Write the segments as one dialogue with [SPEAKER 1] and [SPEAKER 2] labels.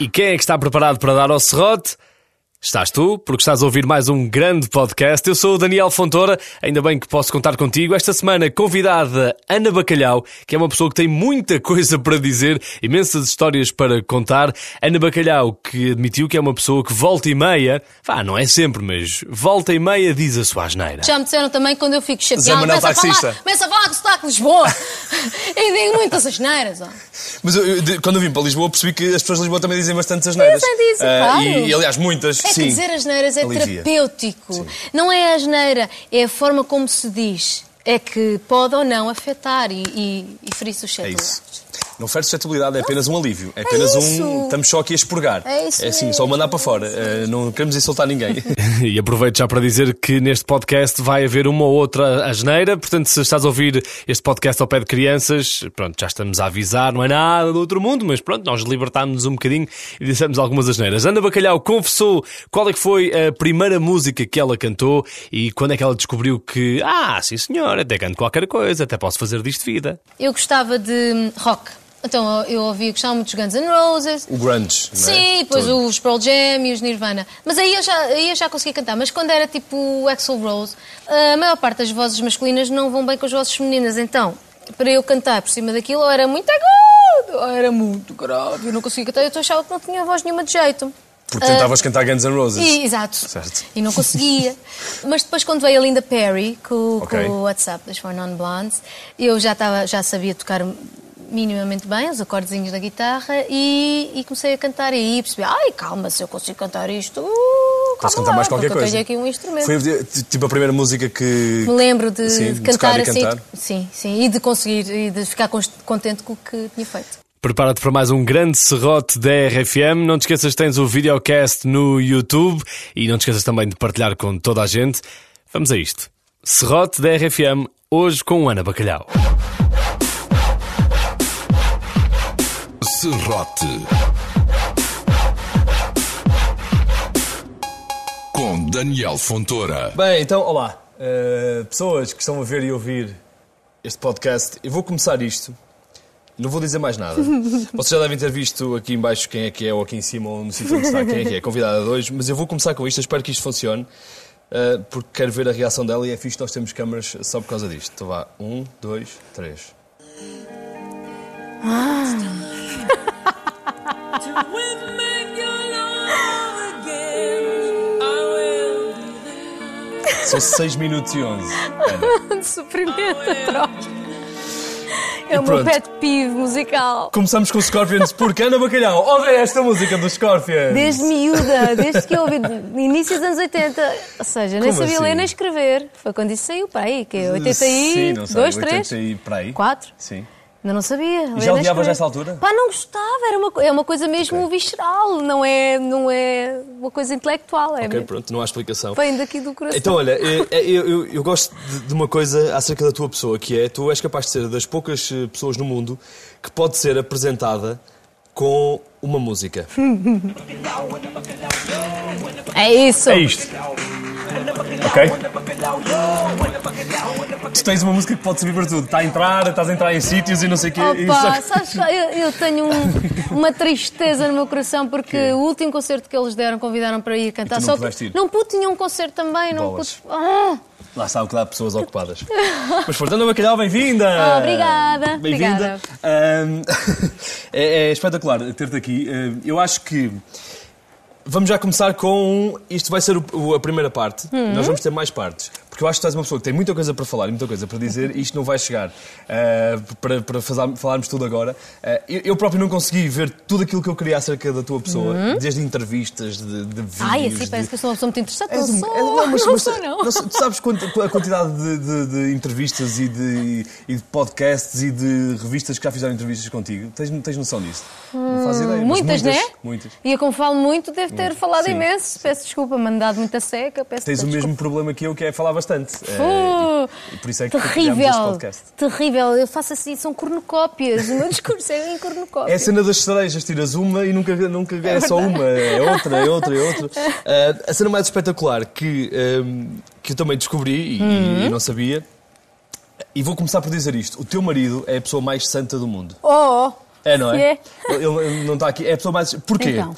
[SPEAKER 1] E quem é que está preparado para dar ao serrote? Estás tu, porque estás a ouvir mais um grande podcast. Eu sou o Daniel Fontoura, ainda bem que posso contar contigo. Esta semana, convidada Ana Bacalhau, que é uma pessoa que tem muita coisa para dizer, imensas histórias para contar. Ana Bacalhau, que admitiu que é uma pessoa que volta e meia, vá, não é sempre, mas volta e meia diz a sua asneira.
[SPEAKER 2] Já me disseram também que quando eu fico
[SPEAKER 3] Zé
[SPEAKER 2] chateado,
[SPEAKER 3] Manuel
[SPEAKER 2] começa a, falar,
[SPEAKER 3] Taxista.
[SPEAKER 2] começa a falar do sotaque de Lisboa. e digo muitas asneiras. ó.
[SPEAKER 3] Mas eu- eu, de- quando eu vim para Lisboa percebi que as pessoas de Lisboa também dizem bastante asneiras.
[SPEAKER 2] Eu sei disso, claro.
[SPEAKER 3] E, e, aliás,
[SPEAKER 2] É
[SPEAKER 3] muitas.
[SPEAKER 2] que dizer asneiras é
[SPEAKER 3] Alivia.
[SPEAKER 2] terapêutico. Não é a asneira, é a forma como se diz. É que pode ou não afetar e, e, e ferir-se o
[SPEAKER 3] É
[SPEAKER 2] chefe.
[SPEAKER 3] isso. Não oferece suscetibilidade, é apenas um alívio. É apenas um.
[SPEAKER 2] isso.
[SPEAKER 3] Estamos só aqui a expurgar.
[SPEAKER 2] É isso
[SPEAKER 3] É assim,
[SPEAKER 2] mesmo.
[SPEAKER 3] só mandar para fora. Eh, não queremos insultar ninguém.
[SPEAKER 1] E aproveito já para dizer que neste podcast vai haver uma ou outra asneira, portanto, se estás a ouvir este podcast ao pé de crianças, pronto, já estamos a avisar, não é nada do outro mundo, mas pronto, nós libertámos-nos um bocadinho e dissemos algumas asneiras. Ana Bacalhau confessou qual é que foi a primeira música que ela cantou e quando é que ela descobriu que, ah, sim senhor, até canto qualquer coisa, até posso fazer disto vida.
[SPEAKER 2] Eu gostava de hum, rock. Então eu ouvia, gostava muito dos Guns N' Roses.
[SPEAKER 3] O grunge. não é?
[SPEAKER 2] Sim, depois
[SPEAKER 3] Todo.
[SPEAKER 2] os Pearl Jam e os Nirvana. Mas aí eu já, aí eu já conseguia cantar. Mas quando era tipo o Axl Rose, a maior parte das vozes masculinas não vão bem com as vozes femininas. Então, para eu cantar por cima daquilo, ou era muito agudo, ou era muito grave. Eu não conseguia cantar. Eu achava que não tinha voz nenhuma de jeito.
[SPEAKER 3] Porque tentavas cantar Guns N' Roses.
[SPEAKER 2] ah, E- exato.
[SPEAKER 3] Certo.
[SPEAKER 2] E não conseguia. Mas depois, quando veio a Linda Perry com, com
[SPEAKER 3] Ok.
[SPEAKER 2] o WhatsApp das Four Non Blondes, eu já, tava, já sabia tocar minimamente bem os acordezinhos da guitarra e, e comecei a cantar. E aí percebi, ai, calma, se eu consigo cantar isto, uh, calma
[SPEAKER 3] Posso cantar mais
[SPEAKER 2] lá,
[SPEAKER 3] qualquer
[SPEAKER 2] porque
[SPEAKER 3] coisa.
[SPEAKER 2] Eu tenho aqui um instrumento.
[SPEAKER 3] Foi t- tipo a primeira música que.
[SPEAKER 2] Me lembro de,
[SPEAKER 3] Sim,
[SPEAKER 2] de
[SPEAKER 3] de tocar
[SPEAKER 2] cantar
[SPEAKER 3] e
[SPEAKER 2] assim.
[SPEAKER 3] cantar.
[SPEAKER 2] Sim, sim. E de conseguir, e de ficar cons- contente com o que tinha feito.
[SPEAKER 1] Prepara-te para mais um grande serrote da RFM. Não te esqueças, tens o videocast no YouTube e não te esqueças também de partilhar com toda a gente. Vamos a isto. Serrote da RFM, hoje com Ana Bacalhau.
[SPEAKER 4] Serrote com Daniel Fontoura.
[SPEAKER 3] Bem, então, olá. Eh, pessoas que estão a ver e ouvir este podcast, eu vou começar isto. Não vou dizer mais nada. Vocês já devem ter visto aqui em baixo quem é que é, ou aqui em cima, ou no sítio onde está quem é que é, convidada de hoje, mas eu vou começar com isto, eu espero que isto funcione, eh, porque quero ver a reação dela e é fixe nós temos câmaras só por causa disto. Então vá, um, dois, três. São 6 minutos e 11.
[SPEAKER 2] Suprimento a troca. É
[SPEAKER 3] o meu pronto. pet
[SPEAKER 2] pive musical.
[SPEAKER 3] Começamos com Scorpions, porque Ana Bacalhau, ouve esta música dos Scorpions!
[SPEAKER 2] Desde miúda, desde que eu ouvi de início dos anos 80. Ou seja, nem
[SPEAKER 3] Como
[SPEAKER 2] sabia ler
[SPEAKER 3] assim?
[SPEAKER 2] nem escrever. Foi quando isso saiu para aí, que é 80
[SPEAKER 3] Sim,
[SPEAKER 2] e
[SPEAKER 3] não sei,
[SPEAKER 2] 2,
[SPEAKER 3] 80
[SPEAKER 2] 3,
[SPEAKER 3] e para aí.
[SPEAKER 2] 4.
[SPEAKER 3] Sim.
[SPEAKER 2] Ainda não sabia. ler
[SPEAKER 3] já
[SPEAKER 2] nem
[SPEAKER 3] odiavas
[SPEAKER 2] escrever.
[SPEAKER 3] nessa altura?
[SPEAKER 2] Pá, não gostava. Era uma, co- é uma coisa mesmo visceral, não é, não é uma coisa intelectual. É
[SPEAKER 3] Ok,
[SPEAKER 2] mesmo-
[SPEAKER 3] pronto, não há explicação.
[SPEAKER 2] Vem daqui do coração.
[SPEAKER 3] Então, olha, eh, eh, eu, eu- eu gosto de, de uma coisa acerca da tua pessoa, que é tu és capaz de ser das poucas eh, pessoas no mundo que pode ser apresentada com uma música.
[SPEAKER 2] É isso.
[SPEAKER 3] isto. Ok? Tu tens uma música que pode servir para tudo. Está a entrar, estás a entrar em sítios e não sei o quê.
[SPEAKER 2] Opa, sabes, eu, eu tenho um- uma tristeza no meu coração porque o último concerto que eles deram, convidaram para ir cantar.
[SPEAKER 3] é? tu não
[SPEAKER 2] só
[SPEAKER 3] pudeste ir?
[SPEAKER 2] não pude, tinha um concerto também. Não pude.
[SPEAKER 3] Bolas.
[SPEAKER 2] Ah!
[SPEAKER 3] Lá sabe que dá pessoas ocupadas. Mas portanto, Ana Bacalhau, bem-vinda!
[SPEAKER 2] Ah, obrigada,
[SPEAKER 3] Bem-vinda.
[SPEAKER 2] obrigada.
[SPEAKER 3] Ahm, é, é espetacular ter-te aqui. Ahm, Eu acho que. Vamos já começar com. um- Isto vai ser o- o- a primeira parte.
[SPEAKER 2] Uhum.
[SPEAKER 3] Nós vamos ter mais partes. Porque eu acho que tu és uma pessoa que tem muita coisa para falar e muita coisa para dizer e isto não vai chegar ah, para, para faza- falarmos tudo agora. Ah, eu, eu próprio não consegui ver tudo aquilo que eu queria acerca da tua pessoa, desde entrevistas, de, de vídeos.
[SPEAKER 2] Uhum. Ai, assim
[SPEAKER 3] de-
[SPEAKER 2] parece que eu sou uma pessoa muito interessante.
[SPEAKER 3] És
[SPEAKER 2] Não
[SPEAKER 3] um-
[SPEAKER 2] sou,
[SPEAKER 3] és-
[SPEAKER 2] não,
[SPEAKER 3] mas- mas-
[SPEAKER 2] sou, não.
[SPEAKER 3] mas tu sabes quanto- a quantidade de, de- de entrevistas e de, e de podcasts e de revistas que já fizeram entrevistas contigo? Tens, tens noção disso? não faz ideia. mas
[SPEAKER 2] Muitas, né?
[SPEAKER 3] Muitas.
[SPEAKER 2] E eu, como falo muito, devo ter falado
[SPEAKER 3] Sim,
[SPEAKER 2] imenso. Peço desculpa, mandado muita seca. Peço
[SPEAKER 3] Tens o
[SPEAKER 2] desculpa.
[SPEAKER 3] mesmo problema que eu, que é falar bastante. É,
[SPEAKER 2] Uh,
[SPEAKER 3] e- e por isso é que criámos este
[SPEAKER 2] terrível,
[SPEAKER 3] podcast.
[SPEAKER 2] terrível. Eu faço assim, são cornucópias. O meu discurso é em
[SPEAKER 3] É a
[SPEAKER 2] cornucópias.
[SPEAKER 3] cena das cerejas, tiras uma e nunca, nunca é, só uma, é outra, é outra, é outra. Ah, a cena mais espetacular que, ahm, que eu também descobri e,
[SPEAKER 2] Uhum.
[SPEAKER 3] e não sabia, e vou começar por dizer isto: o teu marido é a pessoa mais santa do mundo.
[SPEAKER 2] Oh, oh.
[SPEAKER 3] É, não é?
[SPEAKER 5] Se
[SPEAKER 3] Ele, ele não está aqui. É a pessoa mais. Porquê?
[SPEAKER 5] Então,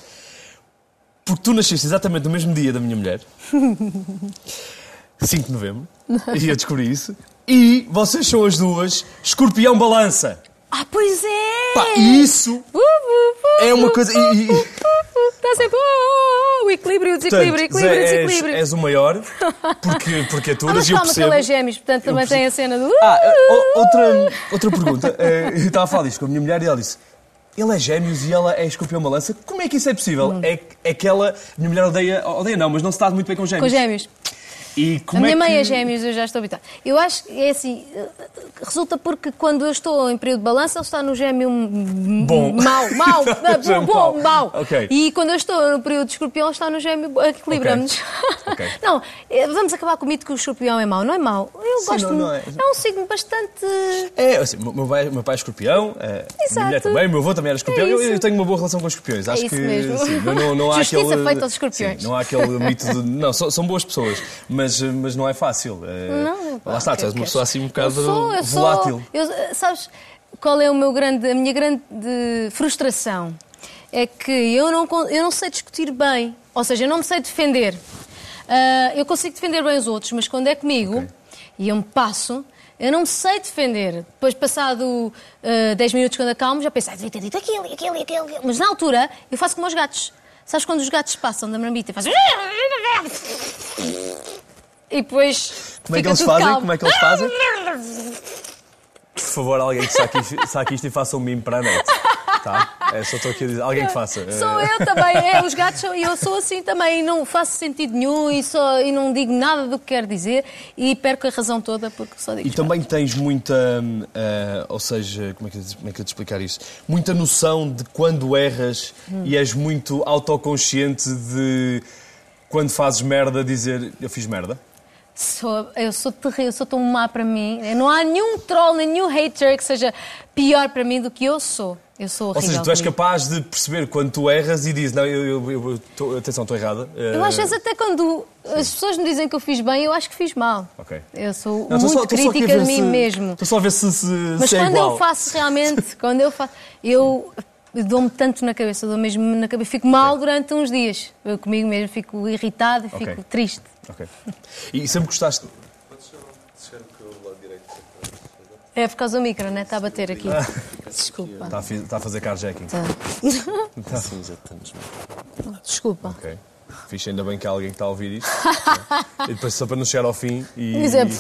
[SPEAKER 3] Porque tu nasceste exatamente no mesmo dia da minha mulher, 5 de novembro, e eu descobri isso. E vocês são as duas escorpião balança.
[SPEAKER 5] ah, pois é!
[SPEAKER 3] Pá, isso
[SPEAKER 5] Uh, uh, uh,
[SPEAKER 3] é uma
[SPEAKER 5] uh,
[SPEAKER 3] coisa.
[SPEAKER 5] uh,
[SPEAKER 3] E, e,
[SPEAKER 5] uh, uh,
[SPEAKER 2] Tá
[SPEAKER 5] Está
[SPEAKER 2] oh,
[SPEAKER 5] sempre. uh, O equilíbrio, o desequilíbrio, o equilíbrio, o
[SPEAKER 3] portanto, Zé, és,
[SPEAKER 5] desequilíbrio.
[SPEAKER 2] Ah,
[SPEAKER 3] és o maior, porque, porque é tu,
[SPEAKER 5] Ah, mas
[SPEAKER 3] e eu
[SPEAKER 5] calma, que
[SPEAKER 3] percebo.
[SPEAKER 5] ele é gêmeos, portanto também tem a cena do.
[SPEAKER 3] Ah,
[SPEAKER 2] uh,
[SPEAKER 3] o- outra, outra pergunta. Eh, Eu estava a falar disto com a minha mulher e ela disse: ele é gêmeos e ela é escorpião balança. Como é que isso é possível?
[SPEAKER 5] Hum.
[SPEAKER 3] É, que- é que ela, a minha mulher odeia, odeia não, mas não se dá muito bem com
[SPEAKER 5] Com
[SPEAKER 3] gêmeos.
[SPEAKER 5] gêmeos.
[SPEAKER 3] E
[SPEAKER 2] A
[SPEAKER 3] como
[SPEAKER 2] minha
[SPEAKER 3] é
[SPEAKER 2] mãe
[SPEAKER 3] que...
[SPEAKER 2] é gêmeos, eu já estou habituada. Eu acho que é assim, eh, resulta porque quando eu estou em período de balança, ele está no gêmeo m-
[SPEAKER 3] Bom.
[SPEAKER 2] mau, mau,
[SPEAKER 3] Está no
[SPEAKER 2] bom,
[SPEAKER 3] gêmeo
[SPEAKER 2] bom,
[SPEAKER 3] mau.
[SPEAKER 2] mau.
[SPEAKER 3] Ok.
[SPEAKER 2] E quando eu estou no período de escorpião, ele está no gêmeo, bo- equilibramos-nos.
[SPEAKER 3] Ok.
[SPEAKER 2] Não, eh, vamos acabar com o mito que o escorpião é mau. Não é mau. Eu
[SPEAKER 3] Sim,
[SPEAKER 2] gosto.
[SPEAKER 3] não- não
[SPEAKER 2] é.
[SPEAKER 3] é.
[SPEAKER 2] é um signo bastante.
[SPEAKER 3] É, assim, o meu pai, o meu pai é escorpião, eh, a
[SPEAKER 2] Exato.
[SPEAKER 3] minha mulher também, o meu avô também era escorpião.
[SPEAKER 2] É
[SPEAKER 3] eu,
[SPEAKER 2] isso. É
[SPEAKER 3] eu tenho uma boa relação com os escorpiões. Acho
[SPEAKER 2] isso
[SPEAKER 3] que
[SPEAKER 2] mesmo.
[SPEAKER 3] sim, não, não, não há
[SPEAKER 2] Justiça
[SPEAKER 3] aquele.
[SPEAKER 2] feita aos escorpiões.
[SPEAKER 3] Sim, não há aquele mito de. Não, são, são boas pessoas, mas, mas não é fácil. eh, lá está,
[SPEAKER 2] ok,
[SPEAKER 3] tu és uma
[SPEAKER 2] ok.
[SPEAKER 3] pessoa assim um bocado
[SPEAKER 2] eu sou, eu sou-
[SPEAKER 3] volátil.
[SPEAKER 2] eu- sabes qual é o meu grande, a minha grande frustração? É que eu não, con- eu não sei discutir bem, ou seja, eu não me sei defender. Ah, eu consigo defender bem os outros, mas quando é comigo e eu me passo, eu não me sei defender. Depois, passado ah, 10 minutos, quando acalmo, já penso, ah, devia ter dito aquilo, e aquilo, e aquilo. e aquilo." Mas na altura, eu faço como os gatos. Sabes quando os gatos passam da marmita e fazem. E depois.
[SPEAKER 3] Como é
[SPEAKER 2] fica
[SPEAKER 3] que eles
[SPEAKER 2] tudo
[SPEAKER 3] fazem?
[SPEAKER 2] calmo.
[SPEAKER 3] Como é que eles fazem? Por favor, alguém que saque, saque isto e faça um meme para a net. Tá? É, só estou aqui a dizer. Alguém que faça. Eh,
[SPEAKER 2] Sou eu também, é, os gatos são, e eu sou assim também, e não faço sentido nenhum e, só, e não digo nada do que quero dizer e perco a razão toda porque só digo.
[SPEAKER 3] E também tens muita, hum, ah, ou seja, como é, que, eu te- como é que eu te explicar isto? Muita noção de quando erras e és muito autoconsciente de quando fazes merda dizer eu fiz merda.
[SPEAKER 2] Sou, eu sou terrível, eu sou tão má para mim. Não há nenhum troll, nem nenhum hater que seja pior para mim do que eu sou. Eu sou
[SPEAKER 3] Ou
[SPEAKER 2] horrível.
[SPEAKER 3] seja, tu és
[SPEAKER 2] comigo.
[SPEAKER 3] capaz de perceber quando tu erras e dizes não, eu, eu, eu- eu tô- atenção, estou errada.
[SPEAKER 2] Eu
[SPEAKER 3] Ah,
[SPEAKER 2] às vezes até quando as pessoas me dizem que eu fiz bem, eu acho que fiz mal.
[SPEAKER 3] Ok.
[SPEAKER 2] Eu sou
[SPEAKER 3] Eh, não, tô
[SPEAKER 2] muito
[SPEAKER 3] só- tô só aqui a
[SPEAKER 2] crítica
[SPEAKER 3] ver
[SPEAKER 2] de mim
[SPEAKER 3] se-
[SPEAKER 2] mesmo.
[SPEAKER 3] Estou só a ver se, se,
[SPEAKER 2] Mas
[SPEAKER 3] se é
[SPEAKER 2] quando
[SPEAKER 3] igual.
[SPEAKER 2] eu faço realmente, quando eu faço, eu dou-me tanto na cabeça, dou mesmo na cabeça, fico mal durante uns dias. Eu comigo mesmo fico irritado, fico
[SPEAKER 3] Ok.
[SPEAKER 2] triste.
[SPEAKER 3] Ok. E sempre gostaste.
[SPEAKER 2] É por causa do micro, né? Está a bater aqui. Desculpa.
[SPEAKER 3] Está a, fi- Ah. tá a fazer carjacking.
[SPEAKER 2] Tá.
[SPEAKER 3] Tá.
[SPEAKER 2] Desculpa.
[SPEAKER 3] Ok. Fixe, ainda bem que há alguém que está a ouvir isto. e depois só para não chegar ao fim e.
[SPEAKER 2] Mas é-
[SPEAKER 3] e-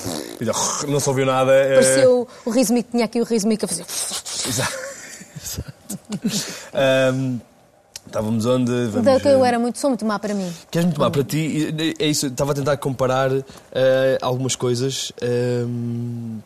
[SPEAKER 3] e dá- não se ouviu nada. eh,
[SPEAKER 2] Pareceu o rismico, tinha aqui o rismico a fazer.
[SPEAKER 3] Exato. Exato. Ahm, Estávamos onde? Vamos,
[SPEAKER 2] Então, que eu
[SPEAKER 3] eh,
[SPEAKER 2] era muito, sou muito má para mim.
[SPEAKER 3] Que és muito má para ti. e- É isso, eu estava a tentar comparar eh, algumas coisas. ehm,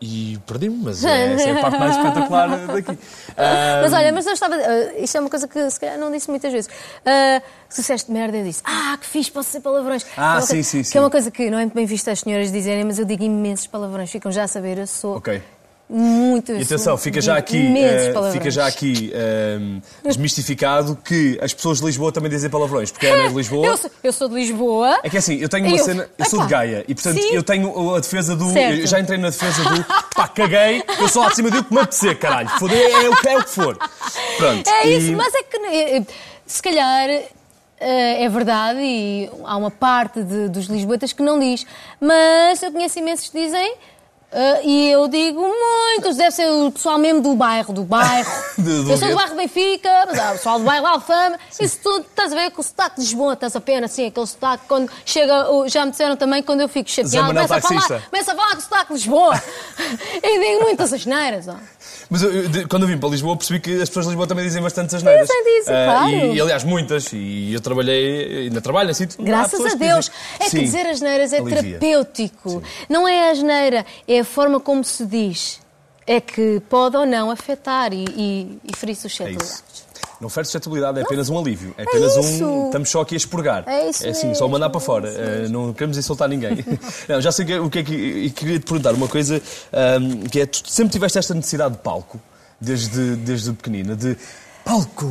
[SPEAKER 3] e perdi-me, mas é, essa é a parte mais espetacular daqui. Ah,
[SPEAKER 2] Mas olha, mas eu estava. ah, isto é uma coisa que se calhar não disse muitas vezes. Ah, se disseste merda, eu disse, ah, que fixe, posso dizer palavrões.
[SPEAKER 3] Ah,
[SPEAKER 2] Que é uma
[SPEAKER 3] sim,
[SPEAKER 2] coisa-
[SPEAKER 3] sim,
[SPEAKER 2] Que
[SPEAKER 3] sim.
[SPEAKER 2] é uma coisa que não é muito bem vista as senhoras dizerem, mas eu digo imensos palavrões, ficam já a saber, eu sou.
[SPEAKER 3] ok.
[SPEAKER 2] Muito
[SPEAKER 3] E atenção, fica já aqui,
[SPEAKER 2] imensos
[SPEAKER 3] eh,
[SPEAKER 2] palavrões.
[SPEAKER 3] fica já aqui ehm, desmistificado que as pessoas de Lisboa também dizem palavrões, porque a Ana é de
[SPEAKER 2] Eu
[SPEAKER 3] Lisboa.
[SPEAKER 2] sou, eu sou de Lisboa.
[SPEAKER 3] É que assim, eu tenho uma
[SPEAKER 2] Eu-
[SPEAKER 3] cena. Eu sou de
[SPEAKER 2] Epá,
[SPEAKER 3] Gaia e portanto
[SPEAKER 2] sim.
[SPEAKER 3] eu tenho a defesa do.
[SPEAKER 2] Certo.
[SPEAKER 3] eu já entrei na defesa do. pá, caguei, eu sou lá de cima do que me apetecer, caralho. Foder, é, o que- é o que for. Pronto.
[SPEAKER 2] É isso,
[SPEAKER 3] e-
[SPEAKER 2] mas é que eh, se calhar eh, é verdade e há uma parte de- dos lisboetas que não diz, mas eu conheço imensos que dizem eh, e eu digo muitos, deve ser o pessoal mesmo do bairro, do bairro.
[SPEAKER 3] Do- do
[SPEAKER 2] eu sou
[SPEAKER 3] gueto.
[SPEAKER 2] do bairro de Benfica, mas há o pessoal do bairro da Alfama, isso tudo, estás a ver com o sotaque de Lisboa, estás a pena, assim, aquele sotaque, quando chega, o- já me disseram também, quando eu fico chateado,
[SPEAKER 3] Manuel
[SPEAKER 2] começa a, falar,
[SPEAKER 3] Taxista.
[SPEAKER 2] começa a falar com o sotaque de Lisboa, e digo muitas asneiras, ó.
[SPEAKER 3] Mas eu- eu, de- quando eu vim para Lisboa percebi que as pessoas de Lisboa também dizem bastante asneiras.
[SPEAKER 2] Dizem, dizem, claro.
[SPEAKER 3] E, e, aliás, muitas. E eu trabalhei, ainda trabalho assim. tudo. Há
[SPEAKER 2] Graças
[SPEAKER 3] pessoas
[SPEAKER 2] a
[SPEAKER 3] que dizem-
[SPEAKER 2] Deus. É que
[SPEAKER 3] Sim.
[SPEAKER 2] dizer asneiras é
[SPEAKER 3] Alivia.
[SPEAKER 2] terapêutico. Não é a asneira, é a forma como se diz. É que pode ou não afetar e, e, e ferir
[SPEAKER 3] É
[SPEAKER 2] suscetibilidades.
[SPEAKER 3] isso. Não oferece suscetibilidade, é apenas um alívio. É apenas um.
[SPEAKER 2] isso.
[SPEAKER 3] Estamos só aqui a expurgar.
[SPEAKER 2] É isso
[SPEAKER 3] assim, só
[SPEAKER 2] mesmo,
[SPEAKER 3] mandar para fora.
[SPEAKER 2] é isso
[SPEAKER 3] Eh, não queremos insultar ninguém. não, já sei que- o que é que. E queria te perguntar uma coisa ahm, que é: tu sempre tiveste esta necessidade de palco, desde, desde pequenina, de. Palco!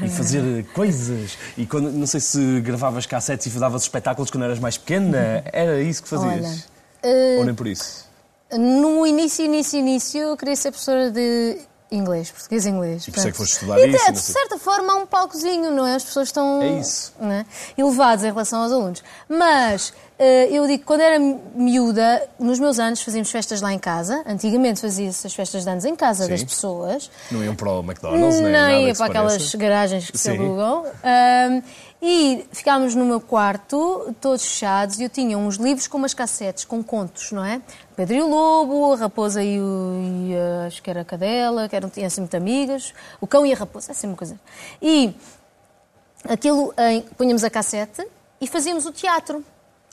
[SPEAKER 3] E, e fazer coisas. E quando, não sei se gravavas cassetes e davas espetáculos quando eras mais pequena. Era isso que fazias?
[SPEAKER 2] Olha, eh,
[SPEAKER 3] Ou nem por isso?
[SPEAKER 2] No início, início, início, eu queria ser professora de inglês, português e inglês.
[SPEAKER 3] por isso é que
[SPEAKER 2] portanto.
[SPEAKER 3] foste estudar
[SPEAKER 2] E
[SPEAKER 3] isso,
[SPEAKER 2] até,
[SPEAKER 3] não
[SPEAKER 2] de
[SPEAKER 3] sei.
[SPEAKER 2] certa forma, há um palcozinho, não é? As pessoas estão
[SPEAKER 3] É isso.
[SPEAKER 2] não é? elevados em relação aos alunos. Mas eh, eu digo que quando era miúda, nos meus anos fazíamos festas lá em casa. Antigamente fazia-se as festas de anos em casa das pessoas.
[SPEAKER 3] Não iam para o McDonald's, nem é nada
[SPEAKER 2] ia
[SPEAKER 3] que se
[SPEAKER 2] para aquelas
[SPEAKER 3] pareça.
[SPEAKER 2] garagens que se
[SPEAKER 3] Sim.
[SPEAKER 2] alugam. Ahm, e ficámos no meu quarto, todos fechados, e eu tinha uns livros com umas cassetes, com contos, não é? Pedro e o Lobo, a Raposa e, o, e a- acho que era a Cadela, que eram, tinha assim muito amigas, o Cão e a Raposa, é assim uma coisa. E aquilo, em, punhamos a cassete e fazíamos o teatro.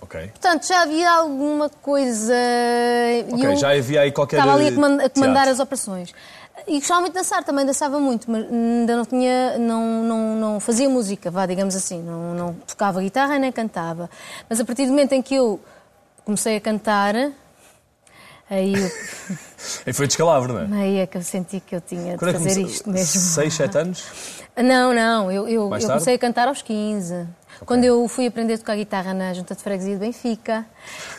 [SPEAKER 3] Ok.
[SPEAKER 2] Portanto, já havia alguma coisa. e
[SPEAKER 3] Ok, já havia aí qualquer eh,
[SPEAKER 2] Estava ali a coman- a comandar
[SPEAKER 3] teatro.
[SPEAKER 2] as operações. E gostava muito de dançar, também dançava muito, mas ainda não tinha. Não, não, não fazia música, vá, digamos assim. Não, não tocava guitarra nem cantava. Mas a partir do momento em que eu comecei a cantar. Aí eu,
[SPEAKER 3] E foi descalabro, não é?
[SPEAKER 2] aí é que eu senti que eu tinha de
[SPEAKER 3] Quando é que
[SPEAKER 2] fazer
[SPEAKER 3] começou?
[SPEAKER 2] isto mesmo.
[SPEAKER 3] Seis, sete anos?
[SPEAKER 2] Não, não, eu, eu,
[SPEAKER 3] Mais
[SPEAKER 2] eu
[SPEAKER 3] tarde?
[SPEAKER 2] comecei a cantar aos 15. Quando eu fui aprender a tocar guitarra na Junta de Freguesia de Benfica.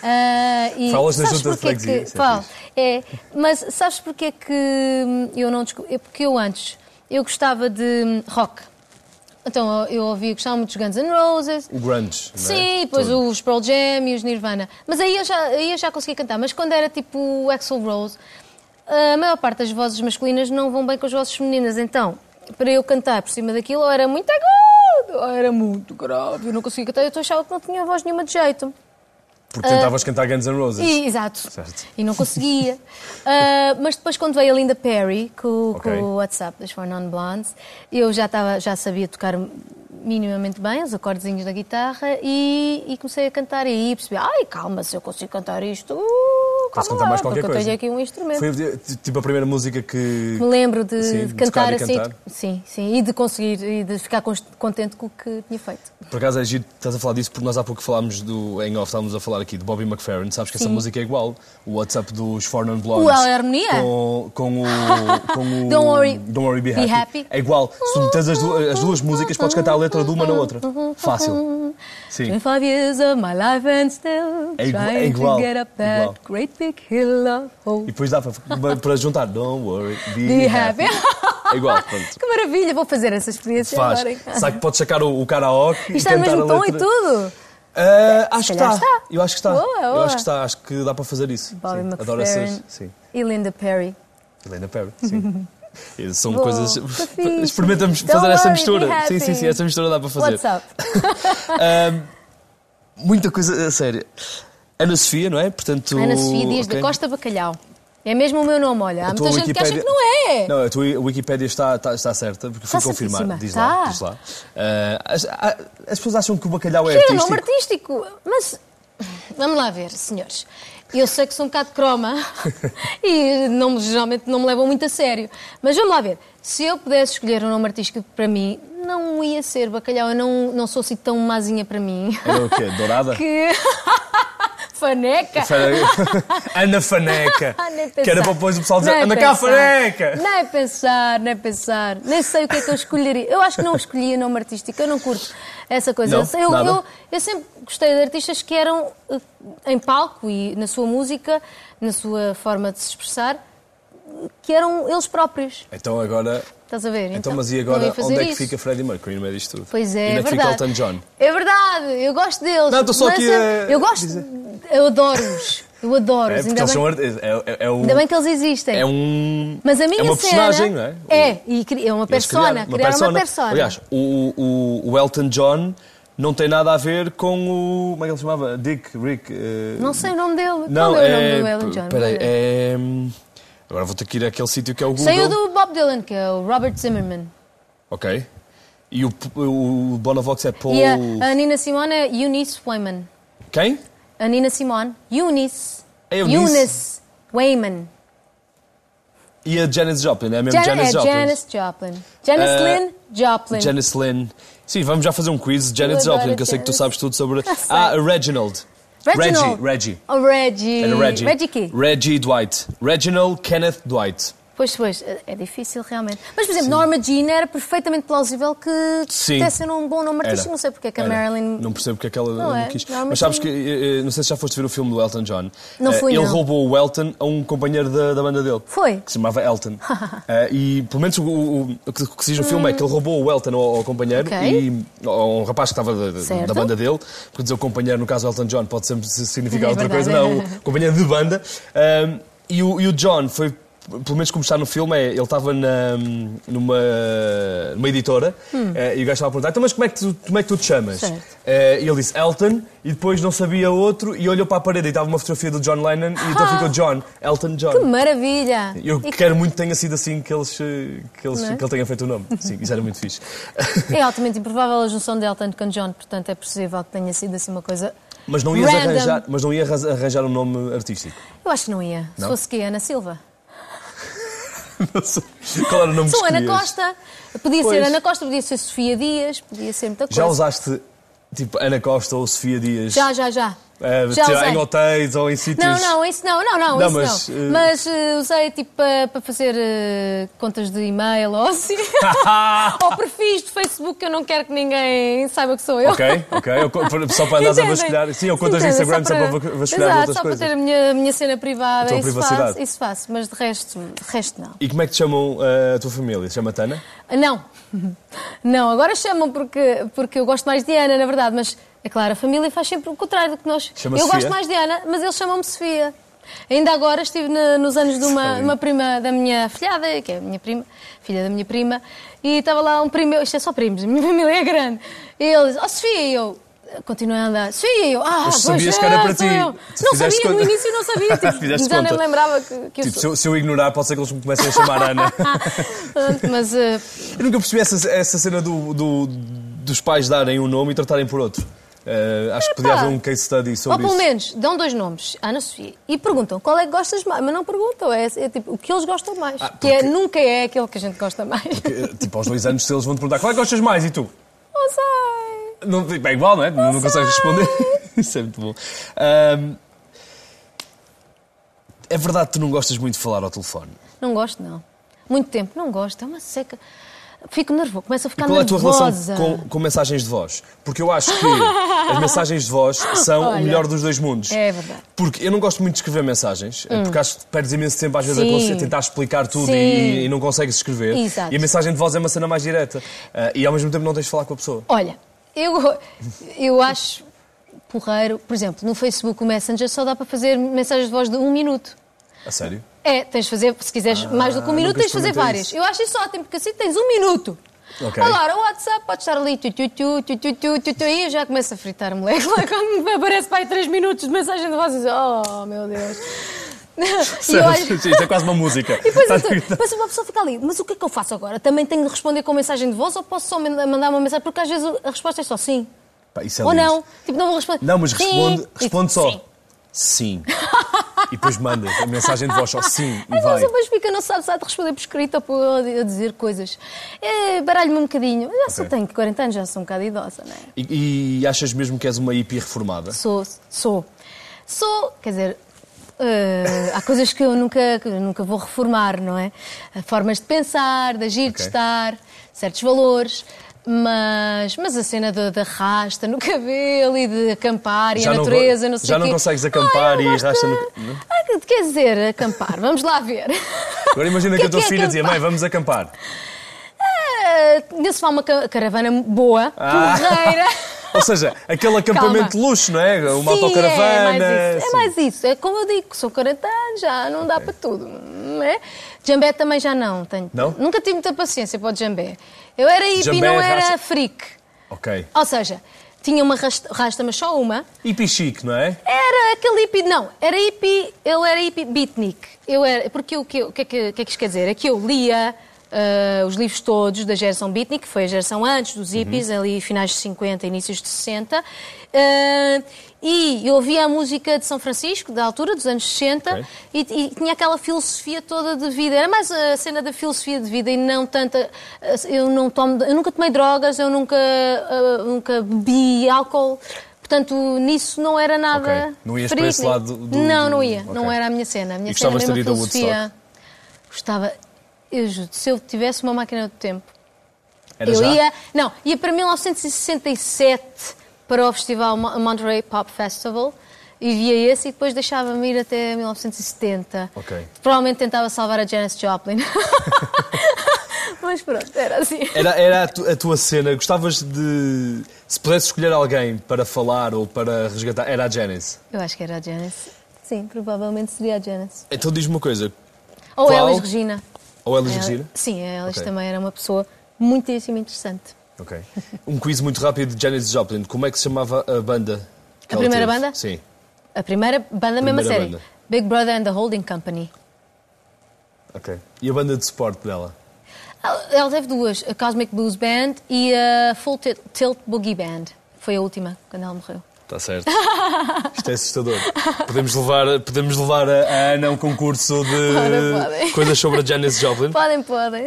[SPEAKER 2] Ah, e
[SPEAKER 3] Falas na
[SPEAKER 2] sabes
[SPEAKER 3] Junta de
[SPEAKER 2] porquê
[SPEAKER 3] Freguesia,
[SPEAKER 2] Que,
[SPEAKER 3] isso é
[SPEAKER 2] falo,
[SPEAKER 3] fixe.
[SPEAKER 2] é, mas sabes porquê é que hum, eu não descobri? É porque eu antes, eu gostava de hum, rock. Então eu, eu ouvia, gostava muito dos Guns N' Roses.
[SPEAKER 3] O grunge, não é?
[SPEAKER 2] Sim, depois
[SPEAKER 3] Todo.
[SPEAKER 2] os Pearl Jam e os Nirvana. Mas aí eu já, aí eu já conseguia cantar. Mas quando era tipo Axl Rose, a maior parte das vozes masculinas não vão bem com as vozes femininas. Então, para eu cantar por cima daquilo, ou era muito agudo, ou era muito grave. Eu não conseguia cantar. Eu achava que não tinha voz nenhuma de jeito.
[SPEAKER 3] Porque tentavas cantar Guns N' Roses.
[SPEAKER 2] ah, E- exato.
[SPEAKER 3] Certo.
[SPEAKER 2] E não conseguia. Ah, mas depois, quando veio a Linda Perry com,
[SPEAKER 3] Ok.
[SPEAKER 2] com o WhatsApp das Four Non Blondes, eu já, estava já sabia tocar minimamente bem os acordezinhos da guitarra e, e comecei a cantar. E aí percebi, ai, calma, se eu consigo cantar isto, uh, calma
[SPEAKER 3] Podes cantar
[SPEAKER 2] lá,
[SPEAKER 3] mais
[SPEAKER 2] porque
[SPEAKER 3] qualquer coisa.
[SPEAKER 2] eu tenho aqui um instrumento.
[SPEAKER 3] Foi eh, t- tipo a primeira música que.
[SPEAKER 2] Me lembro de,
[SPEAKER 3] Sim,
[SPEAKER 2] de
[SPEAKER 3] de tocar
[SPEAKER 2] cantar
[SPEAKER 3] e
[SPEAKER 2] assim,
[SPEAKER 3] cantar.
[SPEAKER 2] sim, sim, e de conseguir, e de ficar cons- contente com o que tinha feito.
[SPEAKER 3] Por acaso é giro, estás a falar disso porque nós há pouco falámos do. Em off, estávamos a falar aqui de Bobby McFerrin. Sabes que essa
[SPEAKER 2] Sim.
[SPEAKER 3] música é igual. O WhatsApp dos Four Non Blondes.
[SPEAKER 2] Uau, é a harmonia?
[SPEAKER 3] Com, com o. Com o
[SPEAKER 2] Don't worry-
[SPEAKER 3] Don't worry be,
[SPEAKER 2] be
[SPEAKER 3] happy.
[SPEAKER 2] happy.
[SPEAKER 3] É igual. Se tu metes as, du- as duas músicas, podes cantar a letra de uma na outra.
[SPEAKER 2] Uhum,
[SPEAKER 3] Fácil. Sim.
[SPEAKER 2] 25 years of my life and still
[SPEAKER 3] É igua- é
[SPEAKER 2] trying
[SPEAKER 3] igual,
[SPEAKER 2] to get up that
[SPEAKER 3] igual.
[SPEAKER 2] great big hill of
[SPEAKER 3] E
[SPEAKER 2] hope.
[SPEAKER 3] depois dá para, para juntar. Don't worry be,
[SPEAKER 2] Be
[SPEAKER 3] happy.
[SPEAKER 2] happy.
[SPEAKER 3] É igual, pronto.
[SPEAKER 2] que maravilha, vou fazer essa experiência
[SPEAKER 3] Faz.
[SPEAKER 2] agora.
[SPEAKER 3] Sabe que podes sacar o, o karaoke e
[SPEAKER 2] Está no
[SPEAKER 3] cantar
[SPEAKER 2] mesmo
[SPEAKER 3] a
[SPEAKER 2] tom
[SPEAKER 3] letra.
[SPEAKER 2] e tudo.
[SPEAKER 3] Ah, acho
[SPEAKER 2] Se
[SPEAKER 3] que
[SPEAKER 2] calhar
[SPEAKER 3] está.
[SPEAKER 2] está.
[SPEAKER 3] Eu acho que está.
[SPEAKER 2] Boa,
[SPEAKER 3] Eu
[SPEAKER 2] boa.
[SPEAKER 3] acho que está. Acho que dá para fazer isso.
[SPEAKER 2] Bobby
[SPEAKER 3] Sim.
[SPEAKER 2] McFerrin
[SPEAKER 3] Adoro essas. Sim.
[SPEAKER 2] e Linda Perry.
[SPEAKER 3] Helena Perry. Sim. Eh, São
[SPEAKER 2] Boa,
[SPEAKER 3] coisas.
[SPEAKER 2] que fixe.
[SPEAKER 3] Experimentamos
[SPEAKER 2] Don't
[SPEAKER 3] fazer essa
[SPEAKER 2] worry,
[SPEAKER 3] mistura.
[SPEAKER 2] be happy.
[SPEAKER 3] Sim, sim, sim. Essa mistura dá para fazer.
[SPEAKER 2] What's up?
[SPEAKER 3] Ahm, muita coisa a sério. Ana Sofia, não é? Portanto,
[SPEAKER 2] Ana Sofia Dias
[SPEAKER 3] ok.
[SPEAKER 2] da Costa Bacalhau. É mesmo o meu nome, olha. Há
[SPEAKER 3] Então A tua
[SPEAKER 2] muita gente que acha
[SPEAKER 3] Wikipédia-
[SPEAKER 2] que não é.
[SPEAKER 3] Não, a tua Wikipédia está, está, está certa, porque fui
[SPEAKER 2] Está
[SPEAKER 3] confirmar.
[SPEAKER 2] certíssima. Tá.
[SPEAKER 3] Diz
[SPEAKER 2] Está.
[SPEAKER 3] lá, diz lá. Ah, as, a- as pessoas acham que o bacalhau é
[SPEAKER 2] Cheira
[SPEAKER 3] artístico.
[SPEAKER 2] um nome artístico. Mas vamos lá ver, senhores. Eu sei que sou um bocado croma e não, me- geralmente não me levam muito a sério. Mas vamos lá ver. Se eu pudesse escolher um nome artístico para mim, não ia ser bacalhau. Eu não, não sou assim tão mazinha para mim.
[SPEAKER 3] Era É o quê? Dourada?
[SPEAKER 2] Que. Faneca! é?
[SPEAKER 3] Ana Faneca.
[SPEAKER 2] Ah, Nem
[SPEAKER 3] que era
[SPEAKER 2] pensar.
[SPEAKER 3] para depois o pessoal dizer
[SPEAKER 2] Nem
[SPEAKER 3] Ana cá
[SPEAKER 2] é pensar.
[SPEAKER 3] Faneca.
[SPEAKER 2] Nem pensar, nem pensar. Nem sei o que é que eu escolheria. Eu acho que não escolhia nome artístico. Eu não curto essa coisa.
[SPEAKER 3] Não,
[SPEAKER 2] eu,
[SPEAKER 3] nada.
[SPEAKER 2] eu- eu sempre gostei de artistas que eram eh, em palco e na sua música, na sua forma de se expressar, que eram eles próprios.
[SPEAKER 3] Então agora.
[SPEAKER 2] Estás a ver?
[SPEAKER 3] Então, mas e agora
[SPEAKER 2] não ia
[SPEAKER 3] onde
[SPEAKER 2] fazer
[SPEAKER 3] é que
[SPEAKER 2] isso.
[SPEAKER 3] fica Freddie Mercury no meio disto tudo?
[SPEAKER 2] Pois é, é
[SPEAKER 3] E onde é que fica
[SPEAKER 2] verdade.
[SPEAKER 3] Elton John?
[SPEAKER 2] É verdade, eu gosto deles.
[SPEAKER 3] Não, estou só
[SPEAKER 2] mas
[SPEAKER 3] aqui
[SPEAKER 2] eu,
[SPEAKER 3] a
[SPEAKER 2] eu gosto,
[SPEAKER 3] dizer.
[SPEAKER 2] eu adoro-os. Eu
[SPEAKER 3] É,
[SPEAKER 2] adoro-os.
[SPEAKER 3] porque
[SPEAKER 2] ainda,
[SPEAKER 3] eles são
[SPEAKER 2] bem,
[SPEAKER 3] art- é, é, é um,
[SPEAKER 2] ainda bem que eles existem.
[SPEAKER 3] é um.
[SPEAKER 2] Mas a minha
[SPEAKER 3] é uma
[SPEAKER 2] cena
[SPEAKER 3] personagem, não é?
[SPEAKER 2] É, e cri- é uma
[SPEAKER 3] Eles
[SPEAKER 2] persona, criaram, uma persona.
[SPEAKER 3] Aliás, o, o, o Elton John não tem nada a ver com o. Como é que ele se chamava? Dick, Rick. eh,
[SPEAKER 2] não sei o nome dele.
[SPEAKER 3] Não,
[SPEAKER 2] Qual é,
[SPEAKER 3] é,
[SPEAKER 2] o nome do Ellen John?
[SPEAKER 3] Peraí, é. Agora vou ter que ir àquele sítio que é o Google.
[SPEAKER 2] Saiu do Bob Dylan, que é o Robert Zimmerman.
[SPEAKER 3] Ok. E o, o Bonavox é Paul.
[SPEAKER 2] E a, a Nina Simone é Eunice Wayman.
[SPEAKER 3] Quem?
[SPEAKER 2] A Nina Simone, Eunice.
[SPEAKER 3] É Eunice?
[SPEAKER 2] Wayman.
[SPEAKER 3] E a Janis Joplin, é mesmo
[SPEAKER 2] Jan-
[SPEAKER 3] Janis
[SPEAKER 2] é
[SPEAKER 3] Joplin.
[SPEAKER 2] Janis Joplin. Janice
[SPEAKER 3] Eh,
[SPEAKER 2] Lynn Joplin.
[SPEAKER 3] Janis Lynn. Sim, vamos já fazer um quiz de Janis
[SPEAKER 2] Eu adoro
[SPEAKER 3] Joplin, que eu sei que tu
[SPEAKER 2] Janis.
[SPEAKER 3] sabes tudo sobre.
[SPEAKER 2] Eu sei.
[SPEAKER 3] Ah, a Reginald.
[SPEAKER 2] Reginald.
[SPEAKER 3] Reggie, Reggie.
[SPEAKER 2] Oh, Reggie.
[SPEAKER 3] Era Reggie.
[SPEAKER 2] Reggie quê?
[SPEAKER 3] Reggie Dwight. Reginald Kenneth Dwight.
[SPEAKER 2] Pois, pois, é- é difícil realmente. Mas, por exemplo, Norma Jean era perfeitamente plausível que
[SPEAKER 3] Sim.
[SPEAKER 2] tivesse um bom nome artístico.
[SPEAKER 3] Era.
[SPEAKER 2] Não sei porque é que a
[SPEAKER 3] Era.
[SPEAKER 2] Marilyn.
[SPEAKER 3] Não percebo porque é que ela
[SPEAKER 2] Não
[SPEAKER 3] não,
[SPEAKER 2] é?
[SPEAKER 3] quis.
[SPEAKER 2] Normalmente
[SPEAKER 3] Mas sabes
[SPEAKER 2] não.
[SPEAKER 3] que. eh, eh, Não sei se já foste ver o filme do Elton John.
[SPEAKER 2] Não
[SPEAKER 3] Eh,
[SPEAKER 2] fui,
[SPEAKER 3] Ele
[SPEAKER 2] não.
[SPEAKER 3] roubou o Elton a um companheiro da, da banda dele.
[SPEAKER 2] Foi?
[SPEAKER 3] Que se chamava Elton. Eh, e pelo menos o, o- o que, o que se diz no filme é que ele roubou o Elton ao, ao companheiro
[SPEAKER 2] Hum. Ok.
[SPEAKER 3] e ao, um rapaz que estava da- da,
[SPEAKER 2] Certo.
[SPEAKER 3] da banda dele. Porque dizer o companheiro, no caso o Elton John, pode sempre se- significar
[SPEAKER 2] É
[SPEAKER 3] outra
[SPEAKER 2] verdade.
[SPEAKER 3] coisa. Não, o companheiro de banda. Ahm, e, o, e o John foi. Pelo menos como está no filme, é, ele estava na- numa, numa editora eh, e o gajo estava a perguntar: então, mas como é que tu, como é que tu te chamas?
[SPEAKER 2] Hum. Certo.
[SPEAKER 3] Eh, e ele disse Elton, e depois não sabia outro, e olhou para a parede e estava uma fotografia do John Lennon, e então ficou John, Elton
[SPEAKER 2] Ah! Que
[SPEAKER 3] John.
[SPEAKER 2] maravilha!
[SPEAKER 3] Eu
[SPEAKER 2] E-
[SPEAKER 3] quero muito que tenha sido assim que, eles, eh, que, eles,
[SPEAKER 2] Não é?
[SPEAKER 3] que ele tenha feito o nome. Sim, isso era muito fixe.
[SPEAKER 2] É altamente improvável a junção de Elton com John, portanto é possível que tenha sido assim uma coisa.
[SPEAKER 3] Mas não ias
[SPEAKER 2] Random.
[SPEAKER 3] arranjar, mas não ia arras- arranjar um nome artístico.
[SPEAKER 2] Eu acho que não ia. Se
[SPEAKER 3] Não?
[SPEAKER 2] fosse que é Ana Silva.
[SPEAKER 3] Não sei. Qual era o nome que
[SPEAKER 2] Sou Ana
[SPEAKER 3] escolhias?
[SPEAKER 2] Costa. Podia ser
[SPEAKER 3] Pois.
[SPEAKER 2] Ana Costa, podia ser Sofia Dias, podia ser muita coisa.
[SPEAKER 3] Já usaste tipo Ana Costa ou Sofia Dias?
[SPEAKER 2] Já, já, já.
[SPEAKER 3] eh,
[SPEAKER 2] já
[SPEAKER 3] sei lá,
[SPEAKER 2] usei.
[SPEAKER 3] em hotéis ou em sítios.
[SPEAKER 2] Não, não, isso não, não, não,
[SPEAKER 3] Não,
[SPEAKER 2] isso
[SPEAKER 3] mas,
[SPEAKER 2] não.
[SPEAKER 3] eh,
[SPEAKER 2] Mas eh, usei tipo para para fazer eh, contas de e-mail ou assim. ou perfis de Facebook que eu não quero que ninguém saiba que sou eu.
[SPEAKER 3] Ok, ok. Eu co- Só para andares a
[SPEAKER 2] Entendem?
[SPEAKER 3] vasculhar. Sim, eu contas no
[SPEAKER 2] Entendem?
[SPEAKER 3] Instagram só para va- vasculhar
[SPEAKER 2] Exato,
[SPEAKER 3] outras
[SPEAKER 2] só
[SPEAKER 3] coisas.
[SPEAKER 2] para ter a minha, a minha cena privada.
[SPEAKER 3] A tua
[SPEAKER 2] Isso
[SPEAKER 3] privacidade.
[SPEAKER 2] faço, isso faço, mas de resto, de resto não.
[SPEAKER 3] E como é que te chamam eh, a tua família? Chama-te Ana?
[SPEAKER 2] Não, não, agora chamam porque, porque eu gosto mais de Ana, na verdade, mas é claro, a família faz sempre o contrário do que nós.
[SPEAKER 3] Chama
[SPEAKER 2] eu
[SPEAKER 3] Sofia?
[SPEAKER 2] gosto mais de Ana, mas eles chamam-me Sofia. Ainda agora estive na- nos anos de uma,
[SPEAKER 3] Sim.
[SPEAKER 2] uma prima da minha filhada, que é a minha prima, filha da minha prima, e estava lá um primo, meu- isto é só primos, a minha família é grande. E ele disse, oh Sofia, e eu. Continuei a andar. Sofia, e eu, ah,
[SPEAKER 3] Mas
[SPEAKER 2] pois
[SPEAKER 3] sabias
[SPEAKER 2] é,
[SPEAKER 3] que era para
[SPEAKER 2] sou
[SPEAKER 3] ti.
[SPEAKER 2] eu."
[SPEAKER 3] Tu
[SPEAKER 2] Não
[SPEAKER 3] fizeste
[SPEAKER 2] sabia, no
[SPEAKER 3] conta.
[SPEAKER 2] início não sabia.
[SPEAKER 3] Fizeste
[SPEAKER 2] Tipo, já nem
[SPEAKER 3] conta.
[SPEAKER 2] me lembrava que, que eu
[SPEAKER 3] Tipo, se
[SPEAKER 2] sou.
[SPEAKER 3] eu, se eu ignorar, pode ser que eles me comecem a chamar Ana.
[SPEAKER 2] Mas eh,
[SPEAKER 3] Eu nunca percebi essa, essa cena do- do- dos pais darem um nome e tratarem por outro. Eh, acho que podia
[SPEAKER 2] Epá.
[SPEAKER 3] haver um case study
[SPEAKER 2] Ou
[SPEAKER 3] sobre
[SPEAKER 2] pelo
[SPEAKER 3] isso.
[SPEAKER 2] menos dão dois nomes, Ana Sofia, e perguntam qual é que gostas mais, mas não perguntam, é, é tipo o que eles gostam mais,
[SPEAKER 3] Ah,
[SPEAKER 2] que é,
[SPEAKER 3] porque-
[SPEAKER 2] nunca é aquele que a gente gosta mais.
[SPEAKER 3] Eh, Tipo, aos dois anos, se eles vão te perguntar qual é que gostas mais e tu?
[SPEAKER 2] Não sei.
[SPEAKER 3] Não, é igual, não é? Não, consegues responder. Isso é muito bom. Ahm, é verdade que tu não gostas muito de falar ao telefone.
[SPEAKER 2] Não gosto, não. Muito tempo, não gosto, é uma seca. Fico nervoso, começo a
[SPEAKER 3] E
[SPEAKER 2] ficar
[SPEAKER 3] qual é a tua
[SPEAKER 2] Tá nervosa.
[SPEAKER 3] relação com, com mensagens de voz? Porque eu acho que as mensagens de voz são
[SPEAKER 2] Olha,
[SPEAKER 3] o melhor dos dois mundos.
[SPEAKER 2] é verdade. Hum.
[SPEAKER 3] Porque eu não gosto muito de escrever mensagens, eh, porque acho que perdes imenso tempo às vezes
[SPEAKER 2] Sim.
[SPEAKER 3] a conce- a tentar explicar tudo
[SPEAKER 2] Sim.
[SPEAKER 3] e, e não consegues escrever.
[SPEAKER 2] Exato.
[SPEAKER 3] E a mensagem de voz é uma cena mais direta. Ah, e ao mesmo tempo não tens de falar com a pessoa.
[SPEAKER 2] Olha, eu, eu acho porreiro, por exemplo, no Facebook o Messenger só dá para fazer mensagens de voz de um minuto.
[SPEAKER 3] A sério?
[SPEAKER 2] É, tens de fazer, se quiseres mais do que um minuto,
[SPEAKER 3] Ah, nunca
[SPEAKER 2] tens de fazer
[SPEAKER 3] experimentei
[SPEAKER 2] várias.
[SPEAKER 3] isso.
[SPEAKER 2] Eu acho isso ótimo, porque assim tens um minuto.
[SPEAKER 3] Ok.
[SPEAKER 2] Agora, o WhatsApp pode estar ali, tu, tu, tu, tu, tu, tu, tu, tu, e eu já começo a fritar, moleque. Lá quando me aparece para aí 3 minutos de mensagem de voz, eu digo, oh meu Deus. E eu olho-
[SPEAKER 3] Isso é quase uma música. Tá
[SPEAKER 2] e depois,
[SPEAKER 3] Estás a
[SPEAKER 2] eu tô-
[SPEAKER 3] gritar.
[SPEAKER 2] depois uma pessoa fica ali, mas o que é que eu faço agora? Também tenho de responder com mensagem de voz ou posso só manda- mandar uma mensagem? Porque às vezes a resposta é só sim
[SPEAKER 3] Pá, isso é
[SPEAKER 2] ou
[SPEAKER 3] lindo.
[SPEAKER 2] não. Tipo, não vou responder.
[SPEAKER 3] Não, mas
[SPEAKER 2] Sim.
[SPEAKER 3] responde, responde só.
[SPEAKER 2] Sim.
[SPEAKER 3] Sim. e depois manda a mensagem de voz só sim e
[SPEAKER 2] Às
[SPEAKER 3] vai.
[SPEAKER 2] vezes depois fica, não sabe se há de responder por escrito ou por a dizer coisas. É, Baralho-me um bocadinho. Eu Já só
[SPEAKER 3] Ok.
[SPEAKER 2] tenho 40 anos, já sou um bocado idosa, não é?
[SPEAKER 3] E, e achas mesmo que és uma hippie reformada?
[SPEAKER 2] Sou, sou. Sou, quer dizer, eh, há coisas que eu nunca, que eu nunca vou reformar, não é? Há Formas de pensar, de agir, de
[SPEAKER 3] Ok.
[SPEAKER 2] estar, certos valores. Mas, mas a cena da da rasta no cabelo e de acampar e
[SPEAKER 3] Já
[SPEAKER 2] a
[SPEAKER 3] não go-
[SPEAKER 2] natureza, não, sei
[SPEAKER 3] já
[SPEAKER 2] o quê.
[SPEAKER 3] não consegues acampar
[SPEAKER 2] eu
[SPEAKER 3] e
[SPEAKER 2] gosto
[SPEAKER 3] rasta no
[SPEAKER 2] de-
[SPEAKER 3] ca- não?
[SPEAKER 2] Ah, que- quer dizer, acampar, vamos lá ver.
[SPEAKER 3] Agora imagina
[SPEAKER 2] O
[SPEAKER 3] que,
[SPEAKER 2] é
[SPEAKER 3] a tua
[SPEAKER 2] é
[SPEAKER 3] filha dizia,
[SPEAKER 2] acampar?
[SPEAKER 3] mãe, vamos acampar.
[SPEAKER 2] Ah, Ainda se fala uma ca- caravana boa,
[SPEAKER 3] Ah.
[SPEAKER 2] porreira.
[SPEAKER 3] Ou seja, aquele acampamento de luxo, não é? Uma
[SPEAKER 2] Sim, É mais,
[SPEAKER 3] autocaravana.
[SPEAKER 2] isso. é
[SPEAKER 3] sim.
[SPEAKER 2] mais isso. É como eu digo, sou 40 anos, já não dá para tudo. Não é? Jambé também já não. Tenho,
[SPEAKER 3] Não?
[SPEAKER 2] Nunca tive muita paciência para o jambé. Eu era hippie,
[SPEAKER 3] Jambé
[SPEAKER 2] não
[SPEAKER 3] é
[SPEAKER 2] era
[SPEAKER 3] raça-
[SPEAKER 2] freak.
[SPEAKER 3] Ok.
[SPEAKER 2] Ou seja, tinha uma rasta, rasta, mas só uma.
[SPEAKER 3] Hippie chique, não é?
[SPEAKER 2] Era aquele hippie, não, era hippie, eu era hippie beatnik. Eu era, porque o que, eu- o que, é que, o que é que isto quer dizer? É que eu lia ah, os livros todos da geração beatnik, que foi a geração antes dos hippies, ali finais de 50, inícios de 60, ah, e eu ouvia a música de São Francisco, da altura, dos anos 60,
[SPEAKER 3] Ok.
[SPEAKER 2] e, e tinha aquela filosofia toda de vida. Era mais a cena da filosofia de vida e não tanta. eh, Eu, não tomo, eu nunca tomei drogas, eu nunca, ah, nunca bebi álcool. Portanto, nisso não era nada.
[SPEAKER 3] Ok. Não ias
[SPEAKER 2] freak,
[SPEAKER 3] para esse
[SPEAKER 2] nem-
[SPEAKER 3] lado do- do-
[SPEAKER 2] não, não ia.
[SPEAKER 3] Ok.
[SPEAKER 2] Não era a minha cena. A minha
[SPEAKER 3] E
[SPEAKER 2] cena
[SPEAKER 3] gostavas
[SPEAKER 2] era
[SPEAKER 3] de ter
[SPEAKER 2] mesmo
[SPEAKER 3] ido a
[SPEAKER 2] filosofia. Gostava. eu juro, se eu tivesse uma máquina do tempo,
[SPEAKER 3] Era
[SPEAKER 2] eu
[SPEAKER 3] já?
[SPEAKER 2] ia. Não, ia para 1967 para o Festival Mo- Monterey Pop Festival. E via esse e depois deixava-me ir até 1970.
[SPEAKER 3] Ok.
[SPEAKER 2] Provavelmente tentava salvar a Janis Joplin. Mas pronto, era assim.
[SPEAKER 3] Era, era a, tu- a tua cena, gostavas de. Se pudesse escolher alguém para falar ou para resgatar, era a Janice.
[SPEAKER 2] Eu acho que era a Janis. Sim, provavelmente seria a Janis.
[SPEAKER 3] Então diz-me uma coisa,
[SPEAKER 2] Ou
[SPEAKER 3] Qual?
[SPEAKER 2] Elis Regina.
[SPEAKER 3] ou ela
[SPEAKER 2] Ela-
[SPEAKER 3] Regina?
[SPEAKER 2] Sim, a Elis
[SPEAKER 3] Ok.
[SPEAKER 2] também era uma pessoa muitíssimo interessante.
[SPEAKER 3] Ok. Um quiz muito rápido de Janis Joplin. Como é que se chamava a banda? que
[SPEAKER 2] A
[SPEAKER 3] ela
[SPEAKER 2] primeira
[SPEAKER 3] teve?
[SPEAKER 2] banda?
[SPEAKER 3] Sim.
[SPEAKER 2] A primeira banda, mesmo
[SPEAKER 3] Primeira
[SPEAKER 2] a série.
[SPEAKER 3] banda.
[SPEAKER 2] Big Brother and the Holding Company.
[SPEAKER 3] Ok. E a banda de suporte dela?
[SPEAKER 2] Ela ela teve duas, a Cosmic Blues Band e a Full Tilt, Tilt Boogie Band. Foi a última, quando ela morreu.
[SPEAKER 3] Está Tá certo. Isto é assustador. Podemos levar, podemos levar a a Ana a um concurso
[SPEAKER 2] Ora,
[SPEAKER 3] de
[SPEAKER 2] podem.
[SPEAKER 3] coisas sobre a Janis Joplin.
[SPEAKER 2] Podem, podem.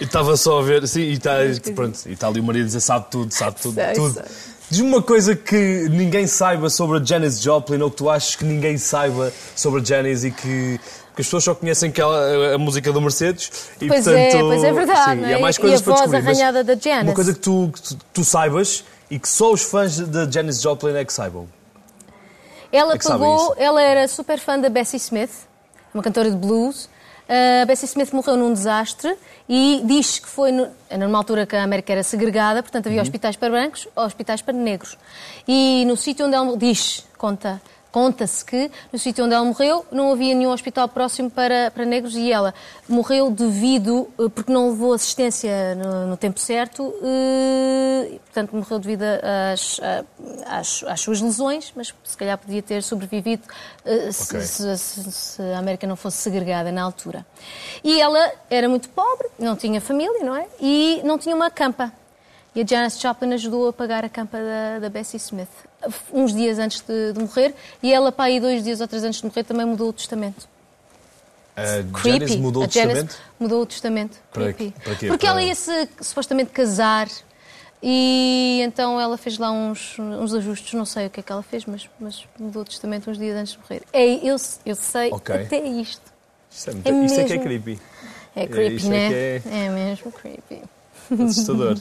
[SPEAKER 3] E estava só a ver, sim, e está pronto, e está ali o marido a dizer sabe tudo, sabe tudo,
[SPEAKER 5] Sei,
[SPEAKER 3] tudo.
[SPEAKER 5] sei.
[SPEAKER 3] Diz-me uma coisa que ninguém saiba sobre a Janis Joplin ou que tu achas que ninguém saiba sobre a Janis e que, que as pessoas só conhecem que ela- a, a música do Mercedes e
[SPEAKER 2] Pois é,
[SPEAKER 3] portanto.
[SPEAKER 2] pois é verdade,
[SPEAKER 3] Sim,
[SPEAKER 2] não
[SPEAKER 3] e há
[SPEAKER 2] é?
[SPEAKER 3] mais
[SPEAKER 2] E
[SPEAKER 3] coisas
[SPEAKER 2] a
[SPEAKER 3] para
[SPEAKER 2] voz
[SPEAKER 3] descobrir, mas
[SPEAKER 2] arranhada da Janis.
[SPEAKER 3] Uma coisa que tu, que tu, tu saibas e que só os fãs da Janis Joplin é que saibam.
[SPEAKER 2] Ela
[SPEAKER 3] É que sabem
[SPEAKER 2] pegou,
[SPEAKER 3] isso.
[SPEAKER 2] ela era super fã da Bessie Smith, uma cantora de blues. A Bessie Smith morreu num desastre e diz que foi no- numa altura que a América era segregada, portanto
[SPEAKER 3] Uhum.
[SPEAKER 2] havia hospitais para brancos ou hospitais para negros. E no sítio onde ela mor- diz, conta, conta-se que no sítio onde ela morreu não havia nenhum hospital próximo para, para negros e ela morreu devido, eh, porque não levou assistência no, no tempo certo, eh, e, portanto morreu devido às, a- às, às suas lesões, mas se calhar podia ter sobrevivido eh, se-
[SPEAKER 3] Ok.
[SPEAKER 2] se, se- se a América não fosse segregada na altura. E ela era muito pobre, não tinha família, não é? E não tinha uma campa. E a Janis Joplin ajudou a pagar a campa da, da Bessie Smith, uns dias antes de, de morrer, e ela, pá, aí dois dias ou três antes de morrer, também mudou o testamento.
[SPEAKER 3] A Janis
[SPEAKER 2] Creepy.
[SPEAKER 3] Uh, mudou
[SPEAKER 2] a
[SPEAKER 3] de
[SPEAKER 2] Janis
[SPEAKER 3] testamento?
[SPEAKER 2] Mudou o testamento.
[SPEAKER 3] Para-
[SPEAKER 2] Creepy.
[SPEAKER 3] para quê?
[SPEAKER 2] Porque ela
[SPEAKER 3] Para-
[SPEAKER 2] ia se supostamente casar e então ela fez lá uns, uns ajustes, não sei o que é que ela fez, mas, mas mudou o testamento uns dias antes de morrer. É, eu, eu sei
[SPEAKER 3] Ok.
[SPEAKER 2] até isto.
[SPEAKER 3] Isto é,
[SPEAKER 2] É
[SPEAKER 3] muito, isto é que é
[SPEAKER 2] mesmo.
[SPEAKER 3] creepy.
[SPEAKER 2] É creepy,
[SPEAKER 3] isto é
[SPEAKER 2] né?
[SPEAKER 3] que é-
[SPEAKER 2] é mesmo creepy.
[SPEAKER 3] Assustador.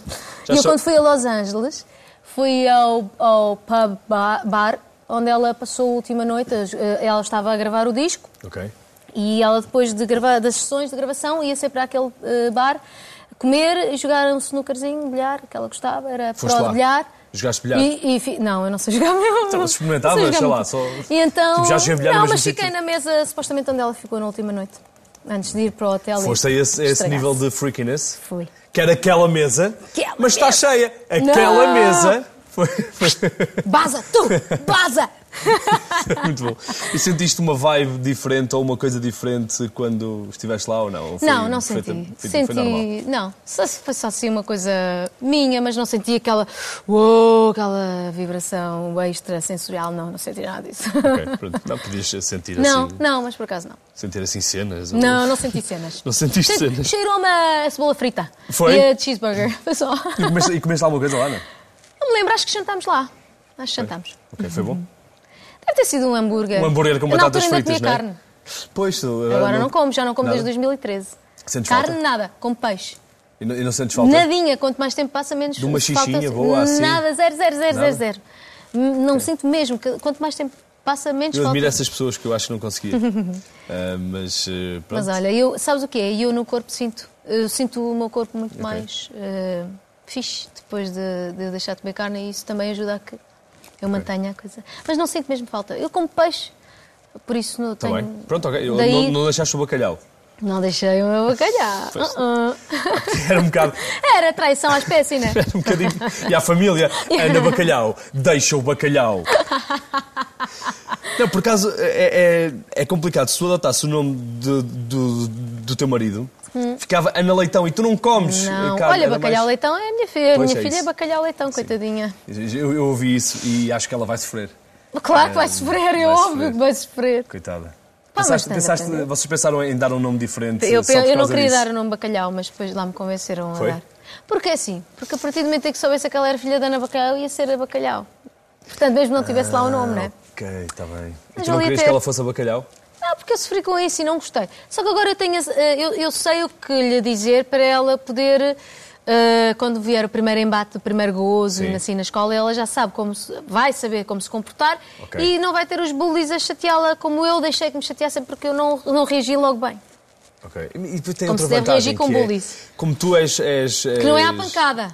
[SPEAKER 3] Já
[SPEAKER 2] e eu,
[SPEAKER 3] só-
[SPEAKER 2] quando fui a Los Angeles, fui ao, ao pub ba- bar, onde ela passou a última noite. as- eh, Ela estava a gravar o disco
[SPEAKER 3] Ok.
[SPEAKER 2] e ela, depois de gravar, das sessões de gravação, ia sempre àquele eh, bar comer e jogar um snookerzinho, bilhar, que ela gostava, era
[SPEAKER 3] Foste
[SPEAKER 2] pro
[SPEAKER 3] lá?
[SPEAKER 2] de bilhar.
[SPEAKER 3] Jogaste bilhar?
[SPEAKER 2] E, e fi- não, eu não sei jogar mesmo.
[SPEAKER 3] Então, mas experimentavas,
[SPEAKER 2] Não jogar
[SPEAKER 3] sei lá,
[SPEAKER 2] muito.
[SPEAKER 3] só-
[SPEAKER 2] E então.
[SPEAKER 3] Tipo, já joguei bilhar no
[SPEAKER 2] não,
[SPEAKER 3] mesmo
[SPEAKER 2] mas fiquei
[SPEAKER 3] sítio.
[SPEAKER 2] na mesa supostamente onde ela ficou na última noite, antes de ir para o hotel. e
[SPEAKER 3] Foste a esse, a esse
[SPEAKER 2] estragar-se.
[SPEAKER 3] nível de freakiness?
[SPEAKER 2] Fui.
[SPEAKER 3] Que era aquela mesa,
[SPEAKER 2] Aquela
[SPEAKER 3] mas está
[SPEAKER 2] mesa.
[SPEAKER 3] cheia. Aquela
[SPEAKER 2] Não.
[SPEAKER 3] mesa. Foi, foi
[SPEAKER 2] Baza, tu! Baza!
[SPEAKER 3] muito bom. E sentiste uma vibe diferente ou uma coisa diferente quando estiveste lá ou não? Ou foi
[SPEAKER 2] Não, não
[SPEAKER 3] perfeita-
[SPEAKER 2] senti.
[SPEAKER 3] Foi, foi
[SPEAKER 2] senti,
[SPEAKER 3] normal.
[SPEAKER 2] não, só se fosse assim uma coisa minha, mas não senti aquela, uou, aquela vibração extra sensorial, não, não senti nada disso.
[SPEAKER 3] Ok, pronto. Não podias sentir
[SPEAKER 2] Não,
[SPEAKER 3] assim.
[SPEAKER 2] não, mas por acaso não.
[SPEAKER 3] Sentir assim cenas. ou-
[SPEAKER 2] Não, não senti cenas.
[SPEAKER 3] Não sentiste
[SPEAKER 2] Che-
[SPEAKER 3] cenas?
[SPEAKER 2] Cheirou-me a cebola frita.
[SPEAKER 3] Foi?
[SPEAKER 2] E a cheeseburger. Foi só.
[SPEAKER 3] E comeste, e comeste alguma coisa lá, não?
[SPEAKER 2] Não me lembro, acho que jantámos lá. Acho que jantámos.
[SPEAKER 3] Ok, foi bom.
[SPEAKER 2] Deve ter sido um hambúrguer.
[SPEAKER 3] Um hambúrguer com
[SPEAKER 2] Eu na
[SPEAKER 3] batatas
[SPEAKER 2] altura
[SPEAKER 3] fritas,
[SPEAKER 2] ainda comia
[SPEAKER 3] não é?
[SPEAKER 2] carne.
[SPEAKER 3] Pois,
[SPEAKER 2] Agora não como, já não como
[SPEAKER 3] nada.
[SPEAKER 2] desde 2013.
[SPEAKER 3] Sentes
[SPEAKER 2] carne,
[SPEAKER 3] falta?
[SPEAKER 2] nada, como peixe.
[SPEAKER 3] E não, e não sentes falta?
[SPEAKER 2] Nadinha, quanto mais tempo passa, menos
[SPEAKER 3] De uma
[SPEAKER 2] falta-
[SPEAKER 3] xixinha boa, assim?
[SPEAKER 2] Nada, zero, zero, zero,
[SPEAKER 3] Nada?
[SPEAKER 2] zero, zero. N- Não sinto mesmo. que Quanto mais tempo passa, menos
[SPEAKER 3] Eu admiro
[SPEAKER 2] falta.
[SPEAKER 3] essas pessoas que eu acho que não conseguia. Ah, mas eh, pronto.
[SPEAKER 2] Mas olha, eu, sabes o que é? Eu no corpo sinto. Eu sinto o meu corpo muito mais eh, fixe depois de, de eu deixar de comer carne e isso também ajuda a que eu mantenha a coisa. Mas não sinto mesmo falta. Eu como peixe, por isso não
[SPEAKER 3] Tá
[SPEAKER 2] tenho...
[SPEAKER 3] bem. Pronto, ok. Eu-
[SPEAKER 2] Daí-
[SPEAKER 3] Não, não deixaste o bacalhau.
[SPEAKER 2] Não deixei o meu bacalhau. Uh-uh.
[SPEAKER 3] Era um bocado.
[SPEAKER 2] Era traição à espécie, não é?
[SPEAKER 3] Era um bocadinho. E à família, Ana Bacalhau, deixa o bacalhau. Não, por acaso é, é, é complicado. Se tu adotasse o nome de- do, do teu marido, ficava Ana Leitão e tu não comes.
[SPEAKER 2] Hum. Não,
[SPEAKER 3] carne,
[SPEAKER 2] olha,
[SPEAKER 3] era
[SPEAKER 2] bacalhau
[SPEAKER 3] mais-
[SPEAKER 2] leitão é a minha filha. A
[SPEAKER 3] Pois
[SPEAKER 2] minha
[SPEAKER 3] é
[SPEAKER 2] filha é
[SPEAKER 3] isso.
[SPEAKER 2] bacalhau leitão, coitadinha.
[SPEAKER 3] Eu, eu ouvi isso e acho que ela vai sofrer.
[SPEAKER 2] Claro que
[SPEAKER 3] Ah,
[SPEAKER 2] vai sofrer, é
[SPEAKER 3] vai
[SPEAKER 2] óbvio
[SPEAKER 3] sofrer.
[SPEAKER 2] que vai sofrer.
[SPEAKER 3] Coitada.
[SPEAKER 2] Pá, mas
[SPEAKER 3] Pensaste-
[SPEAKER 2] tem de
[SPEAKER 3] pensaste-
[SPEAKER 2] aprender.
[SPEAKER 3] vocês pensaram em dar um nome diferente?
[SPEAKER 2] Eu,
[SPEAKER 3] só por
[SPEAKER 2] eu não
[SPEAKER 3] causa
[SPEAKER 2] queria
[SPEAKER 3] disso?
[SPEAKER 2] dar o nome Bacalhau, mas depois lá me convenceram
[SPEAKER 3] Foi?
[SPEAKER 2] a dar. Porque é assim, porque a partir do momento em que soubesse que ela era filha da Ana Bacalhau, ia ser a Bacalhau. Portanto, mesmo não tivesse lá o nome, né?
[SPEAKER 3] Ah, Ok, está bem. E
[SPEAKER 2] Mas
[SPEAKER 3] tu não
[SPEAKER 2] ali
[SPEAKER 3] querias
[SPEAKER 2] até-
[SPEAKER 3] que ela fosse a bacalhau?
[SPEAKER 2] Ah, porque eu sofri com isso e não gostei. Só que agora eu, tenho, esse- eh, eu, eu sei o que lhe dizer para ela poder, eh, quando vier o primeiro embate, o primeiro gozo,
[SPEAKER 3] Sim.
[SPEAKER 2] assim na escola, ela já sabe como se, vai saber como se comportar
[SPEAKER 3] Ok.
[SPEAKER 2] e não vai ter os bullies a chateá-la como eu deixei que me chateassem porque eu não, não reagi logo bem.
[SPEAKER 3] Ok. E depois tem
[SPEAKER 2] Como
[SPEAKER 3] outra
[SPEAKER 2] se deve
[SPEAKER 3] vantagem.
[SPEAKER 2] reagir com
[SPEAKER 3] que é-
[SPEAKER 2] bullies.
[SPEAKER 3] como tu és. és
[SPEAKER 2] Que não é à pancada.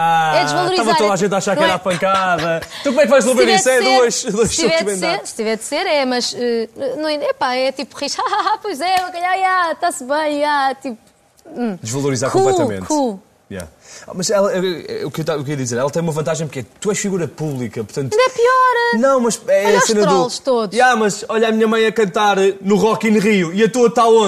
[SPEAKER 3] Ah,
[SPEAKER 2] É desvalorizar.
[SPEAKER 3] Estava toda a gente a achar que
[SPEAKER 2] Não
[SPEAKER 3] era
[SPEAKER 2] é?
[SPEAKER 3] a pancada. Então como é que vais resolver
[SPEAKER 2] Se
[SPEAKER 3] isso? É
[SPEAKER 2] tiver de ser-
[SPEAKER 3] dois, dois
[SPEAKER 2] se tiver de
[SPEAKER 3] chutes bem
[SPEAKER 2] ser, se tiver de ser, é, mas eh, não, é pá, é tipo rir, pois é, bacalhau, ah, está-se bem, ah, tipo,
[SPEAKER 3] Desvalorizar
[SPEAKER 2] Cool,
[SPEAKER 3] completamente.
[SPEAKER 2] cool.
[SPEAKER 3] Yeah. Ah, Mas ela, eh, eh, o, que eu, ta- o que eu ia dizer, ela tem uma vantagem porque é- tu és figura pública, portanto.
[SPEAKER 2] ainda é pior.
[SPEAKER 3] Não, mas é
[SPEAKER 2] Olha
[SPEAKER 3] a
[SPEAKER 2] os
[SPEAKER 3] cena
[SPEAKER 2] trolls
[SPEAKER 3] do...
[SPEAKER 2] todos.
[SPEAKER 3] Yeah, mas olha a minha mãe a cantar no Rock in Rio e a tua está onde?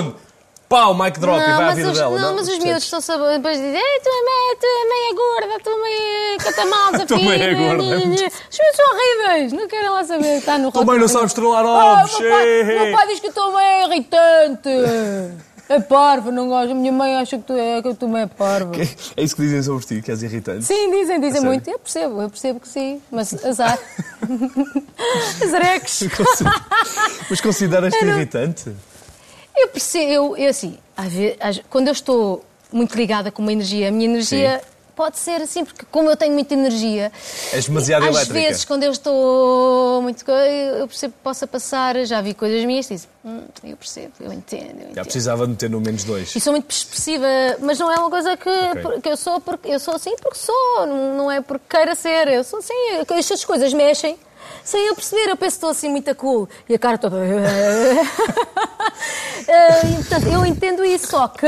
[SPEAKER 3] Pau, mic drop e vai à
[SPEAKER 2] mas
[SPEAKER 3] vida
[SPEAKER 2] os,
[SPEAKER 3] dela.
[SPEAKER 2] não, mas os miúdos estão só depois dizem, ei, tua mãe, tua mãe é gorda, tua mãe é- canta mal, desafio.
[SPEAKER 3] Tua mãe é gorda.
[SPEAKER 2] Os miúdos são horríveis, não querem lá saber, está no
[SPEAKER 3] Tua mãe não sabe estrelar
[SPEAKER 2] Ah,
[SPEAKER 3] ovos.
[SPEAKER 2] meu pai, meu
[SPEAKER 3] eh.
[SPEAKER 2] pai diz que a tua mãe é irritante. É parva, não gosta. A minha mãe acha que tu é, que a tua mãe é parva.
[SPEAKER 3] É isso que dizem sobre ti, que és irritante.
[SPEAKER 2] Sim, dizem,
[SPEAKER 3] A
[SPEAKER 2] dizem
[SPEAKER 3] sério?
[SPEAKER 2] muito. Eu percebo, eu percebo que sim, mas azar. é Azarex.
[SPEAKER 3] Mas consideras-te irritante?
[SPEAKER 2] Eu percebo, eu, eu assim, às ve- às- quando eu estou muito ligada com uma energia, a minha energia pode ser assim, porque como eu tenho muita energia,
[SPEAKER 3] És demasiado
[SPEAKER 2] às
[SPEAKER 3] elétrica.
[SPEAKER 2] vezes quando eu estou muito. co- Eu eu percebo que possa passar, já vi coisas minhas e disse, "Hum, eu percebo, eu entendo. Eu
[SPEAKER 3] Já
[SPEAKER 2] entendo.
[SPEAKER 3] precisava de meter no menos dois.
[SPEAKER 2] E sou muito expressiva, mas não é uma coisa que,
[SPEAKER 3] Ok.
[SPEAKER 2] que eu sou porque eu sou assim porque sou, não, não é porque queira ser. Eu sou assim, eu- estas coisas mexem. Sem eu perceber, eu penso que estou assim muito cool e a cara toda. Eh, e, portanto, eu entendo isso, só que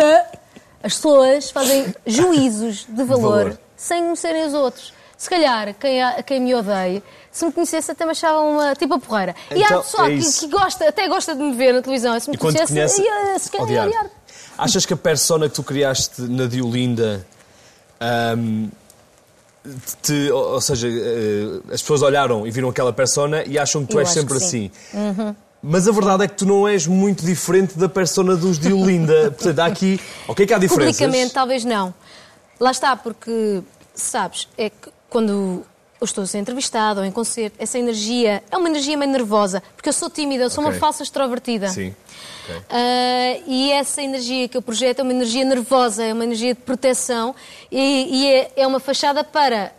[SPEAKER 2] as pessoas fazem juízos de valor,
[SPEAKER 3] valor.
[SPEAKER 2] sem conhecerem os outros. Se calhar, quem, a- quem me odeia, se me conhecesse, até me achava uma tipo a porreira. e há
[SPEAKER 3] Então,
[SPEAKER 2] pessoal
[SPEAKER 3] é
[SPEAKER 2] que,
[SPEAKER 3] isso.
[SPEAKER 2] que gosta, até gosta de me ver na televisão, e se me
[SPEAKER 3] E quando te
[SPEAKER 2] conhecesse,
[SPEAKER 3] conhece,
[SPEAKER 2] ia, se calhar, ia
[SPEAKER 3] odiar.
[SPEAKER 2] odiar.
[SPEAKER 3] Achas que a persona que tu criaste na Diolinda. ahm, te- ou ou seja, eh, as pessoas olharam e viram aquela persona e acham que tu
[SPEAKER 2] Eu
[SPEAKER 3] és
[SPEAKER 2] acho
[SPEAKER 3] sempre
[SPEAKER 2] que sim. Uhum.
[SPEAKER 3] assim. Mas a verdade é que tu não és muito diferente da persona dos Diolinda. Portanto, há aqui. Ok, que há diferenças.
[SPEAKER 2] Publicamente, talvez não. Lá está, porque, sabes, é que quando eu estou a ser entrevistada ou em concerto, essa energia é uma energia meio nervosa, porque eu sou tímida, eu sou
[SPEAKER 3] Ok.
[SPEAKER 2] uma falsa extrovertida.
[SPEAKER 3] Sim. Ok.
[SPEAKER 2] Ah, e essa energia que eu projeto é uma energia nervosa, é uma energia de proteção e, e é, é uma fachada para.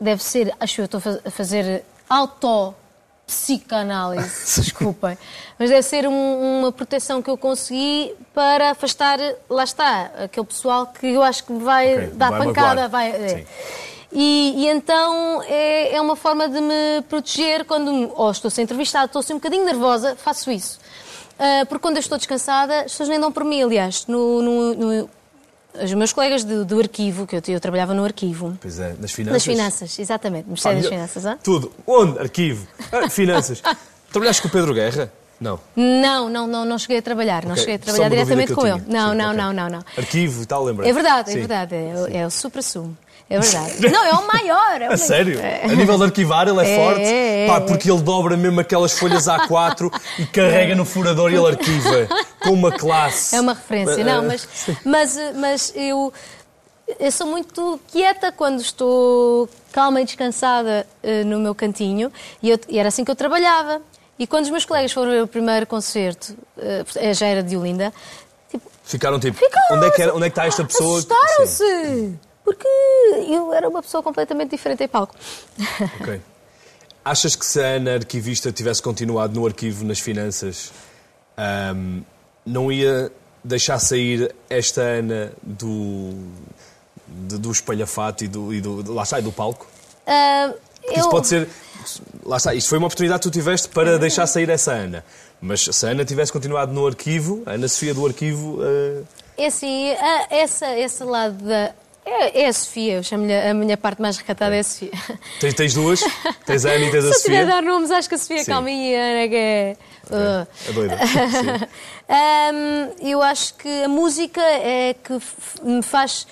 [SPEAKER 2] Deve ser, acho eu, estou a fa- a fazer auto. Psicanálise, desculpem. Mas deve ser um- uma proteção que eu consegui para afastar, lá está, aquele pessoal que eu acho que me vai
[SPEAKER 3] Ok,
[SPEAKER 2] dar
[SPEAKER 3] vai
[SPEAKER 2] pancada.
[SPEAKER 3] magoar.
[SPEAKER 2] Vai, é.
[SPEAKER 3] Sim.
[SPEAKER 2] E, e então é, é uma forma de me proteger quando me- ou estou a ser entrevistada, estou assim um bocadinho nervosa, faço isso. Ah, porque quando eu estou descansada, as pessoas nem dão por mim, aliás. No, no- no- os meus colegas do, do arquivo, que eu, eu trabalhava no arquivo,
[SPEAKER 3] Pois é, nas finanças.
[SPEAKER 2] das finanças, exatamente,
[SPEAKER 3] Pá,
[SPEAKER 2] Ministério das
[SPEAKER 3] melhor-
[SPEAKER 2] Finanças. é. hã?
[SPEAKER 3] Tudo. Onde? Arquivo. Ah, Finanças. Trabalhaste com o Pedro Guerra? Não.
[SPEAKER 2] Não, não, não, não cheguei a trabalhar, não
[SPEAKER 3] Ok,
[SPEAKER 2] cheguei a
[SPEAKER 3] só uma
[SPEAKER 2] trabalhar
[SPEAKER 3] dúvida
[SPEAKER 2] diretamente
[SPEAKER 3] que eu
[SPEAKER 2] com
[SPEAKER 3] tinha.
[SPEAKER 2] ele. Não,
[SPEAKER 3] Sim,
[SPEAKER 2] não,
[SPEAKER 3] ok.
[SPEAKER 2] não, não, não.
[SPEAKER 3] Arquivo e tal, lembra?
[SPEAKER 2] É verdade, é
[SPEAKER 3] Sim.
[SPEAKER 2] verdade, é, é o supra-sumo. É verdade. Não, é o maior. É o
[SPEAKER 3] A
[SPEAKER 2] maior.
[SPEAKER 3] sério?
[SPEAKER 2] É.
[SPEAKER 3] A nível de arquivar ele é,
[SPEAKER 2] É,
[SPEAKER 3] forte?
[SPEAKER 2] é, é,
[SPEAKER 3] Pá,
[SPEAKER 2] é.
[SPEAKER 3] porque ele dobra mesmo aquelas folhas A4 e carrega no furador e ele arquiva. Com uma classe.
[SPEAKER 2] É uma referência, não,
[SPEAKER 3] Ah,
[SPEAKER 2] mas, mas, mas eu, eu sou muito quieta quando estou calma e descansada eh, no meu cantinho e, eu- e era assim que eu trabalhava. E quando os meus colegas foram ver o primeiro concerto, eh, já era de Olinda, tipo,
[SPEAKER 3] Ficaram tipo,
[SPEAKER 2] Ficaram
[SPEAKER 3] onde, é que era- onde é que está esta pessoa? Sim,
[SPEAKER 2] Assustaram-se! Porque eu era uma pessoa completamente diferente em palco.
[SPEAKER 3] ok. Achas que se a Ana, arquivista, tivesse continuado no arquivo, nas finanças, ahm, não ia deixar sair esta Ana do, de- do espalhafato e do, e do- lá está, e do palco?
[SPEAKER 2] Ah,
[SPEAKER 3] Isso
[SPEAKER 2] eu-
[SPEAKER 3] pode ser. Lá está, isto foi uma oportunidade que tu tiveste para deixar sair essa Ana. Mas se a Ana tivesse continuado no arquivo, a Ana Sofia do arquivo. eh,
[SPEAKER 2] É assim, a- essa, esse lado da. É, é a Sofia, eu chamo-lhe a minha parte mais recatada, é a Sofia.
[SPEAKER 3] tens, tens duas, tens a Ana e tens a
[SPEAKER 2] Se eu tiver a
[SPEAKER 3] Sofia.
[SPEAKER 2] dar nomes, acho que a Sofia
[SPEAKER 3] Sim.
[SPEAKER 2] Calminha era que é. Uh.
[SPEAKER 3] A doida. Sim.
[SPEAKER 2] Ahm, eu acho que a música é que f- me faz,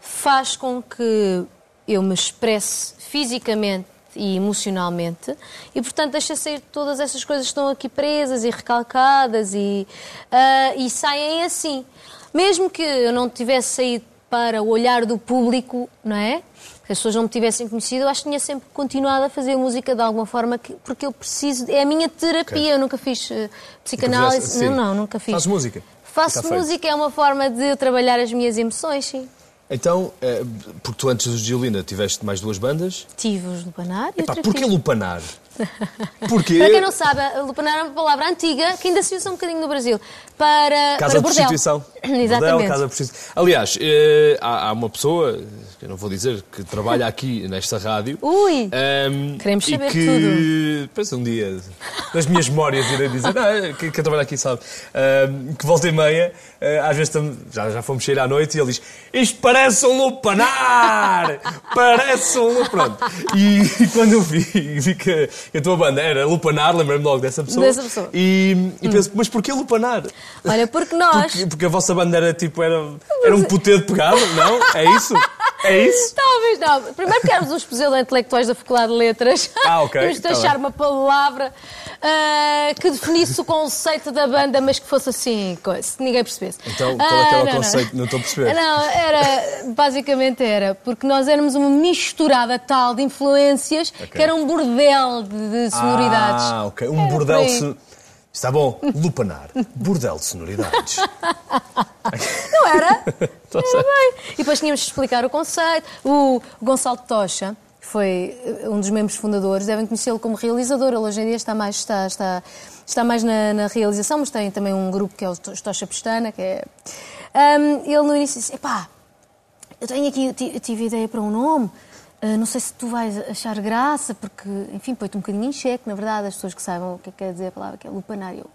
[SPEAKER 2] faz com que eu me expresse fisicamente e emocionalmente e portanto deixa sair todas essas coisas que estão aqui presas e recalcadas e, ah, e saem assim mesmo que eu não tivesse saído para o olhar do público não é? Que se as pessoas não me tivessem conhecido, eu acho que tinha sempre continuado a fazer música de alguma forma, que- porque eu preciso. É a minha terapia, eu nunca fiz eh, psicanálise.
[SPEAKER 3] fizeste- sim.
[SPEAKER 2] não, não, nunca fiz.
[SPEAKER 3] Fazes música?
[SPEAKER 2] Faço
[SPEAKER 3] Está feito.
[SPEAKER 2] música, é uma forma de eu trabalhar as minhas emoções, sim.
[SPEAKER 3] Então, eh, porque tu antes do Giolina tiveste mais duas bandas.
[SPEAKER 2] Tive os Lupanar e
[SPEAKER 3] Epá,
[SPEAKER 2] outra
[SPEAKER 3] porquê
[SPEAKER 2] fiz.
[SPEAKER 3] lupanar? Porquê?
[SPEAKER 2] Para quem não sabe, a lupanar é uma palavra antiga que ainda se usa um bocadinho no Brasil. Para,
[SPEAKER 3] Casa
[SPEAKER 2] para
[SPEAKER 3] de
[SPEAKER 2] bordel.
[SPEAKER 3] prostituição. Bordel,
[SPEAKER 2] Exatamente.
[SPEAKER 3] casa de prostituição. Aliás, eh, há, há uma pessoa, que eu não vou dizer, que trabalha aqui nesta rádio.
[SPEAKER 2] Ui,
[SPEAKER 3] ehm,
[SPEAKER 2] queremos
[SPEAKER 3] e
[SPEAKER 2] saber
[SPEAKER 3] que, tudo. Pensa um dia, nas minhas memórias, irei dizer, ah, que, que trabalha aqui sabe, Ehm, que volta e meia, eh, às vezes tam- já, já fomos sair à noite e ele diz: Isto parece um lupanar! parece um lupanar! Pronto. E, e quando eu vi, vi que a tua banda era lupanar, lembrei-me logo dessa pessoa.
[SPEAKER 2] Dessa pessoa. Hum.
[SPEAKER 3] E, e penso: Mas porquê lupanar?
[SPEAKER 2] Olha, porque nós.
[SPEAKER 3] Porque, porque a vossa banda era tipo, era, era
[SPEAKER 2] é-
[SPEAKER 3] um puteiro pegado, não? É isso? É isso?
[SPEAKER 2] Talvez não. Primeiro que éramos uns pseudo-intelectuais da Faculdade de Letras.
[SPEAKER 3] Ah, ok.
[SPEAKER 2] Temos de
[SPEAKER 3] Tá
[SPEAKER 2] achar
[SPEAKER 3] bem.
[SPEAKER 2] uma palavra ah, que definisse o conceito da banda, mas que fosse assim, coisa, que ninguém percebesse.
[SPEAKER 3] Então, qual é que era o
[SPEAKER 2] Ah,
[SPEAKER 3] conceito? Não estou a perceber.
[SPEAKER 2] Não, era, basicamente era, porque nós éramos uma misturada tal de influências que era um bordel de, de sonoridades. É,
[SPEAKER 3] Ah, ok. Um
[SPEAKER 2] Era por
[SPEAKER 3] bordel.
[SPEAKER 2] aí.
[SPEAKER 3] Se... Está bom, lupanar. Bordel de sonoridades.
[SPEAKER 2] Não era?
[SPEAKER 3] Tá
[SPEAKER 2] era
[SPEAKER 3] certo.
[SPEAKER 2] bem. E depois tínhamos de explicar o conceito. O Gonçalo Tocha que foi eh, um dos membros fundadores, devem conhecê-lo como realizador. Ele hoje em dia está mais, está, está, está mais na, na realização, mas tem também um grupo que é o To- os Tocha Pestana, que é. Ahm, ele no início disse: epá, eu tenho aqui, eu ti- eu tive ideia para um nome. Ah, não sei se tu vais achar graça, porque, enfim, põe-te um bocadinho em xeque, na verdade, as pessoas que saibam o que é que quer dizer a palavra, que é lupanário.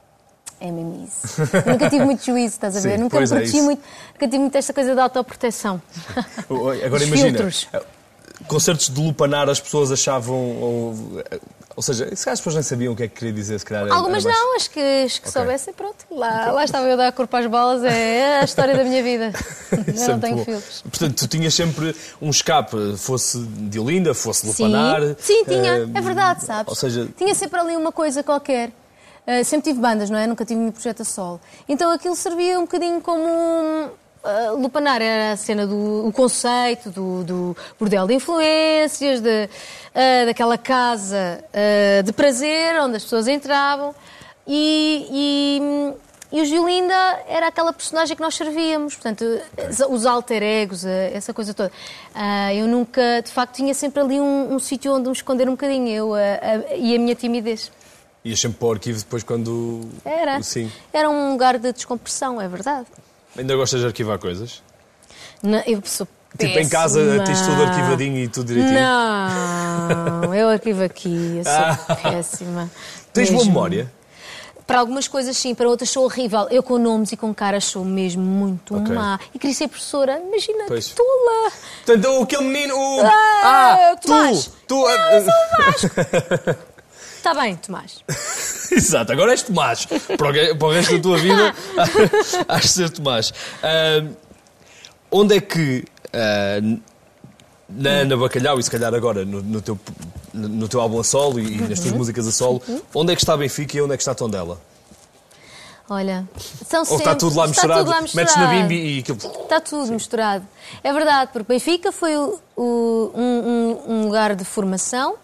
[SPEAKER 2] É mesmo isso. Eu nunca tive muito juízo, estás a ver?
[SPEAKER 3] Sim,
[SPEAKER 2] nunca me
[SPEAKER 3] pois é
[SPEAKER 2] protegi
[SPEAKER 3] isso.
[SPEAKER 2] muito, nunca tive muito esta coisa da autoproteção.
[SPEAKER 3] Agora
[SPEAKER 2] Os
[SPEAKER 3] imagina. eh,
[SPEAKER 2] filtros.
[SPEAKER 3] Concertos de lupanar as pessoas achavam. Ou, eh, ou seja, se calhar as pessoas nem sabiam o que é que queria dizer, se calhar. era-
[SPEAKER 2] Algumas
[SPEAKER 3] era mais-
[SPEAKER 2] não, as que, as que soubessem, pronto, lá, lá estava eu a dar corpo às balas, é a história da minha vida. eu
[SPEAKER 3] Isso
[SPEAKER 2] não
[SPEAKER 3] é muito
[SPEAKER 2] tenho
[SPEAKER 3] bom.
[SPEAKER 2] filtros.
[SPEAKER 3] Portanto, tu tinhas sempre um escape, fosse de Olinda, fosse Lupanar.
[SPEAKER 2] Sim, tinha,
[SPEAKER 3] eh,
[SPEAKER 2] é verdade, sabes?
[SPEAKER 3] Ou seja,
[SPEAKER 2] Tinha sempre ali uma coisa qualquer. Ah, sempre tive bandas, não é? Nunca tive nenhum projeto a solo. Então aquilo servia um bocadinho como um. ah, lupanar era a cena do o conceito do, do bordel de influências, de, ah, daquela casa ah, de prazer onde as pessoas entravam. E, e, e o Giolinda era aquela personagem que nós servíamos, portanto, os alter egos, eh, essa coisa toda. Ah, eu nunca, de facto, tinha sempre ali um, um sítio onde me esconder um bocadinho, eu eh, a- e a minha timidez.
[SPEAKER 3] ias sempre para o arquivo depois quando.
[SPEAKER 2] Era.
[SPEAKER 3] Sim.
[SPEAKER 2] Era um lugar de descompressão, é verdade.
[SPEAKER 3] Ainda gostas de arquivar coisas?
[SPEAKER 2] Na- eu sou
[SPEAKER 3] Tipo, em casa
[SPEAKER 2] péssima.
[SPEAKER 3] tens tudo arquivadinho e tudo direitinho?
[SPEAKER 2] Não, eu arquivo aqui, eu sou péssima.
[SPEAKER 3] Ah. Tens boa
[SPEAKER 2] Mesmo.
[SPEAKER 3] memória?
[SPEAKER 2] Para algumas coisas sim, para outras sou horrível. Eu com nomes e com caras sou mesmo muito
[SPEAKER 3] Ok.
[SPEAKER 2] má. E queria ser professora, imagina,
[SPEAKER 3] Pois.
[SPEAKER 2] que tola.
[SPEAKER 3] Portanto, o- aquele menino, o.
[SPEAKER 2] Ah, o Tomás.
[SPEAKER 3] tu! tu ah,
[SPEAKER 2] Está bem, Tomás.
[SPEAKER 3] Exato, agora és Tomás. Para o, re- para o resto da tua vida, has de ser Tomás. Ah, onde é que. ah, na Ana Bacalhau, e se calhar agora no, no teu, no, no teu álbum a solo e, nas
[SPEAKER 2] Uhum.
[SPEAKER 3] tuas músicas a solo, onde é que está Benfica e onde é que está Tondela?
[SPEAKER 2] Olha, são
[SPEAKER 3] Ou está tudo lá misturado? Metes na bimbi e aquilo.
[SPEAKER 2] Está tudo misturado. É verdade, porque Benfica foi o- o- um, um- um lugar de formação,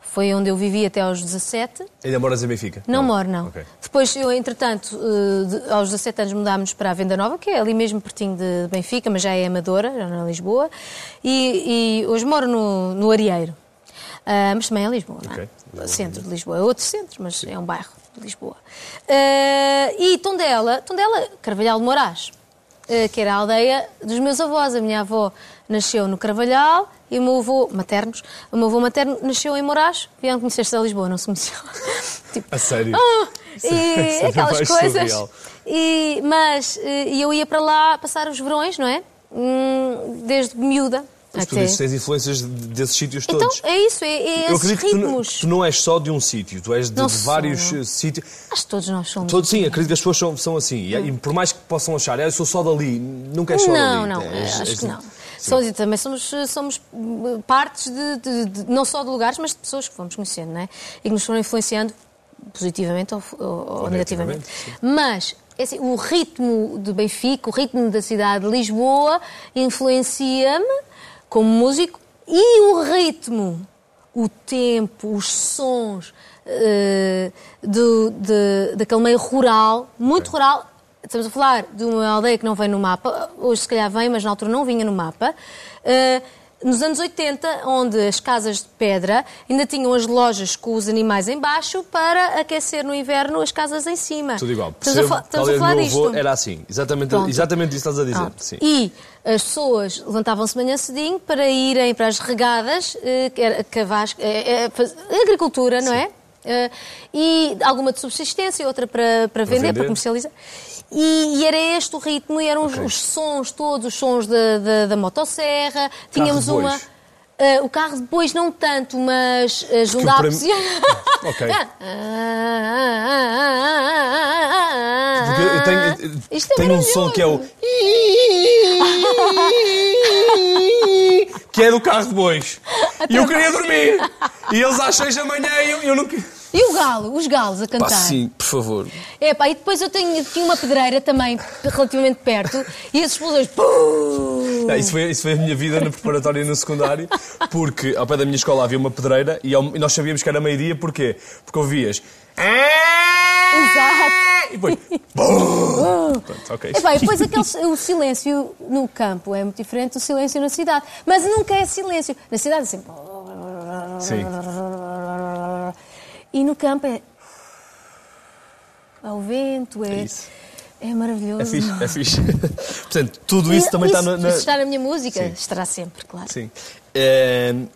[SPEAKER 2] foi onde eu vivi até aos 17.
[SPEAKER 3] Ainda moras em Benfica?
[SPEAKER 2] Não, moro, não.
[SPEAKER 3] Ok.
[SPEAKER 2] Depois, eu, entretanto, eh, de- aos 17 anos mudámos para a Venda Nova, que é ali mesmo pertinho de Benfica, mas já é amadora, já não é Lisboa. E, e hoje moro no, no Arieiro. Ah, mas também é Lisboa, não é?
[SPEAKER 3] Ok.
[SPEAKER 2] Centro de Lisboa. É outro centro, mas é um bairro de Lisboa. Ah, e Tondela, Tondela, Carvalhal de Moraes, eh, que era a aldeia dos meus avós. A minha avó nasceu no Carvalhal e o meu avô, maternos, o meu avô materno nasceu em Moraes. Vieram conhecer-se a Lisboa, não se conheceu. Tipo,
[SPEAKER 3] A sério?
[SPEAKER 2] ah, e
[SPEAKER 3] Isso é
[SPEAKER 2] aquelas
[SPEAKER 3] mais
[SPEAKER 2] coisas.
[SPEAKER 3] surreal.
[SPEAKER 2] E, mas eh, e eu ia para lá passar os verões, não é? Hum, desde miúda.
[SPEAKER 3] Mas tu
[SPEAKER 2] até-
[SPEAKER 3] dizes que tens influências de- desses sítios
[SPEAKER 2] Então
[SPEAKER 3] todos.
[SPEAKER 2] é isso, é, é
[SPEAKER 3] Eu
[SPEAKER 2] esses
[SPEAKER 3] acredito que tu, não-
[SPEAKER 2] ritmos.
[SPEAKER 3] que tu não és só de um sítio, tu és de,
[SPEAKER 2] Não
[SPEAKER 3] de
[SPEAKER 2] sou,
[SPEAKER 3] vários
[SPEAKER 2] não.
[SPEAKER 3] eh, sítios.
[SPEAKER 2] Acho que todos nós somos.
[SPEAKER 3] Todos, sim, acredito que as pessoas são, são assim. E, e por mais que possam achar, "Ah, eu sou só dali, nunca és só É,
[SPEAKER 2] não,
[SPEAKER 3] dali.
[SPEAKER 2] não,
[SPEAKER 3] És-
[SPEAKER 2] acho
[SPEAKER 3] és-
[SPEAKER 2] que não. Somos- e também somos, somos hum, partes de, de- de- não só de lugares, mas de pessoas que vamos conhecendo, não é? E que nos foram influenciando positivamente ou, ou- ou negativamente.
[SPEAKER 3] negativamente,
[SPEAKER 2] Mas é assim, o ritmo de Benfica, o ritmo da cidade de Lisboa, influencia-me como músico E o ritmo, o tempo, os sons eh, do, de, daquele meio rural, muito rural. Estamos a falar de uma aldeia que não vem no mapa, hoje se calhar vem, mas na altura não vinha no mapa. Eh, nos anos 80, onde as casas de pedra ainda tinham as lojas com os animais em baixo para aquecer no inverno as casas em cima.
[SPEAKER 3] Tudo igual.
[SPEAKER 2] Estamos a, fa-
[SPEAKER 3] Percebo,
[SPEAKER 2] estamos a
[SPEAKER 3] talvez
[SPEAKER 2] falar
[SPEAKER 3] o meu avô
[SPEAKER 2] disto.
[SPEAKER 3] Era assim, exatamente,
[SPEAKER 2] Pronto.
[SPEAKER 3] exatamente isso que estás a dizer.
[SPEAKER 2] Ah,
[SPEAKER 3] Sim.
[SPEAKER 2] E as pessoas levantavam-se manhã cedinho para irem para as regadas, eh, que era cavaz, eh, eh, faz- agricultura, não é? Eh, E alguma de subsistência, outra para, para vender,
[SPEAKER 3] vender.
[SPEAKER 2] para comercializar. E, e era este o ritmo, e eram os-
[SPEAKER 3] Ok.
[SPEAKER 2] os, sons todos, os sons da, da, da motosserra. Tínhamos
[SPEAKER 3] de bois.
[SPEAKER 2] uma. eh, o carro de bois não tanto, mas eh, juntava-se.
[SPEAKER 3] Ok.
[SPEAKER 2] Ah, ah, ah, ah, ah, ah, ah,
[SPEAKER 3] Porque eu tenho, eu
[SPEAKER 2] Isto é
[SPEAKER 3] tenho um som
[SPEAKER 2] maravilhoso.
[SPEAKER 3] que é o. que é do carro de bois. E eu queria dormir. E eles às seis da manhã e eu, eu não. que-
[SPEAKER 2] E o galo, os galos a
[SPEAKER 3] Pá,
[SPEAKER 2] cantar.
[SPEAKER 3] sim, por favor.
[SPEAKER 2] É pá, e depois eu tenho aqui uma pedreira também relativamente perto e as explosões. pum!
[SPEAKER 3] Não, Ah, isso, foi, isso foi a minha vida na preparatória e no secundário, porque ao pé da minha escola havia uma pedreira e, ao- e nós sabíamos que era meio-dia, porquê? Porque ouvias. "Ah!"
[SPEAKER 2] Exato.
[SPEAKER 3] E depois. Bum! Pronto, ok.
[SPEAKER 2] É pá, e depois aquele, o silêncio no campo é muito diferente do silêncio na cidade. Mas nunca é silêncio. Na cidade é sempre.
[SPEAKER 3] Sim.
[SPEAKER 2] E no campo é. Ao vento, é.
[SPEAKER 3] É isso.
[SPEAKER 2] é maravilhoso.
[SPEAKER 3] É fixe, é fixe. Portanto, tudo isso
[SPEAKER 2] E
[SPEAKER 3] também está na-
[SPEAKER 2] isso
[SPEAKER 3] na,
[SPEAKER 2] está na minha música,
[SPEAKER 3] Sim.
[SPEAKER 2] estará sempre, claro.
[SPEAKER 3] Sim. Ehm,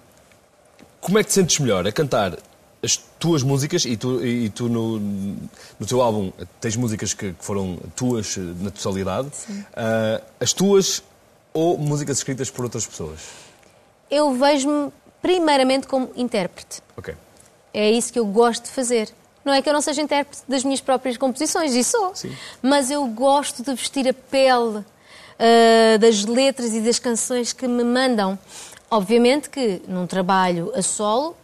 [SPEAKER 3] como é que te sentes melhor a cantar as tuas músicas e tu, e tu no, no teu álbum tens músicas que, que foram tuas eh, na totalidade, Ah, as tuas ou músicas escritas por outras pessoas?
[SPEAKER 2] Eu vejo-me primeiramente como intérprete.
[SPEAKER 3] Ok.
[SPEAKER 2] É isso que eu gosto de fazer. Não é que eu não seja intérprete das minhas próprias composições, e sou.
[SPEAKER 3] Sim.
[SPEAKER 2] Mas eu gosto de vestir a pele ah, das letras e das canções que me mandam. Obviamente que num trabalho a solo,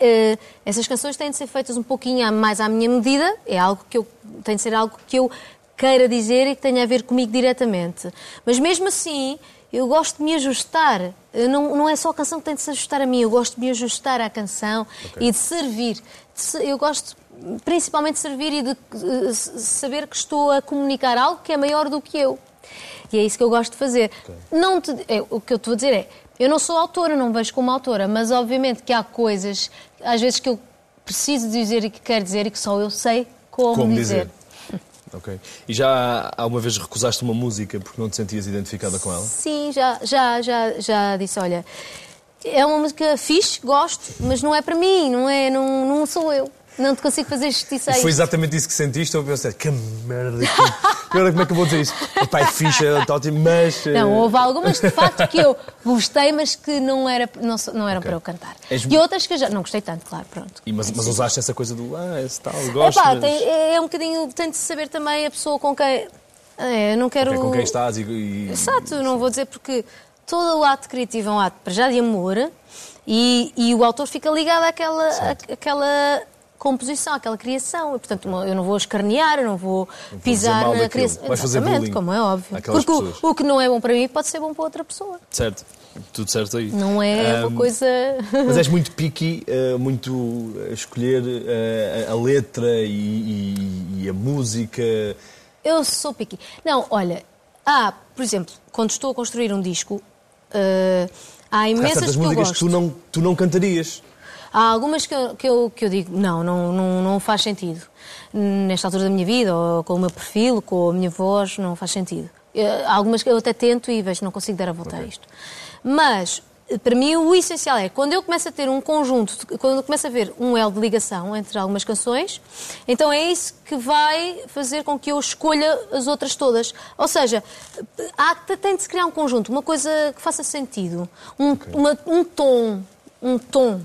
[SPEAKER 2] ah, essas canções têm de ser feitas um pouquinho à- mais à minha medida. É algo que eu tem de ser algo que eu queira dizer e que tenha a ver comigo diretamente. Mas mesmo assim, eu gosto de me ajustar. Eu Não, não é só a canção que tem de se ajustar a mim, eu gosto de me ajustar à canção e de servir. De se- Eu gosto principalmente de servir e de eh, s- saber que estou a comunicar algo que é maior do que eu. E é isso que eu gosto de fazer. Não te- é, o que eu te vou dizer é, eu não sou autora, não me vejo como autora, mas obviamente que há coisas, às vezes, que eu preciso dizer e que quero dizer e que só eu sei como,
[SPEAKER 3] Como
[SPEAKER 2] dizer.
[SPEAKER 3] dizer. Ok. E já há uma vez recusaste uma música porque não te sentias identificada com ela?
[SPEAKER 2] Sim, já, já, já, já disse, olha, é uma música fixe, gosto, mas não é para mim, não é, não, não sou eu. Não te consigo fazer justiça a
[SPEAKER 3] E foi
[SPEAKER 2] isso.
[SPEAKER 3] exatamente isso que sentiste, eu pensei, que merda que... Agora como é que eu vou dizer isto? Epá, é fixe, é ótimo, mas... eh,
[SPEAKER 2] Não, houve algumas de facto que eu gostei, mas que não, era, não, so- não eram para eu cantar.
[SPEAKER 3] És-
[SPEAKER 2] E outras que eu já não gostei tanto, claro, pronto.
[SPEAKER 3] E mas, mas usaste essa coisa do, ah, esse tal,
[SPEAKER 2] É
[SPEAKER 3] gosto,
[SPEAKER 2] pá,
[SPEAKER 3] mas-
[SPEAKER 2] tem- é, é um bocadinho, tem de se saber também a pessoa com quem. É, eu não quero.
[SPEAKER 3] Ok, com quem estás e. e-
[SPEAKER 2] Exato, eu não vou dizer porque todo o ato criativo é um ato para já de amor e, e o autor fica ligado àquela, à- àquela composição, àquela criação. E, portanto, eu não vou escarnear, eu não vou,
[SPEAKER 3] dizer mal
[SPEAKER 2] pisar na
[SPEAKER 3] daquilo.
[SPEAKER 2] criação.
[SPEAKER 3] Vais fazer bullying
[SPEAKER 2] Exatamente, como é óbvio.
[SPEAKER 3] àquelas
[SPEAKER 2] porque
[SPEAKER 3] pessoas.
[SPEAKER 2] o, o que não é bom para mim pode ser bom para outra pessoa.
[SPEAKER 3] Certo, tudo certo aí.
[SPEAKER 2] Não é
[SPEAKER 3] Ahm,
[SPEAKER 2] uma coisa.
[SPEAKER 3] Mas és muito picky, eh, muito a escolher eh, a, a letra e, e- e a música.
[SPEAKER 2] Eu sou piqui. Não, olha, há, por exemplo, quando estou a construir um disco, eh, há
[SPEAKER 3] Há
[SPEAKER 2] imensas
[SPEAKER 3] certas
[SPEAKER 2] que eu
[SPEAKER 3] músicas
[SPEAKER 2] gosto.
[SPEAKER 3] que tu não, tu não cantarias.
[SPEAKER 2] Há algumas que eu, que eu, que eu digo, não não, não, não faz sentido. Nesta altura da minha vida, ou com o meu perfil, com a minha voz, não faz sentido. Eh, Há algumas que eu até tento e vejo, não consigo dar a volta a isto. Mas, eh, para mim, o essencial é, quando eu começo a ter um conjunto, de- quando eu começo a ver um elo de ligação entre algumas canções, então é isso que vai fazer com que eu escolha as outras todas. Ou seja, há, tem de se criar um conjunto, uma coisa que faça sentido, um, uma- um tom, um tom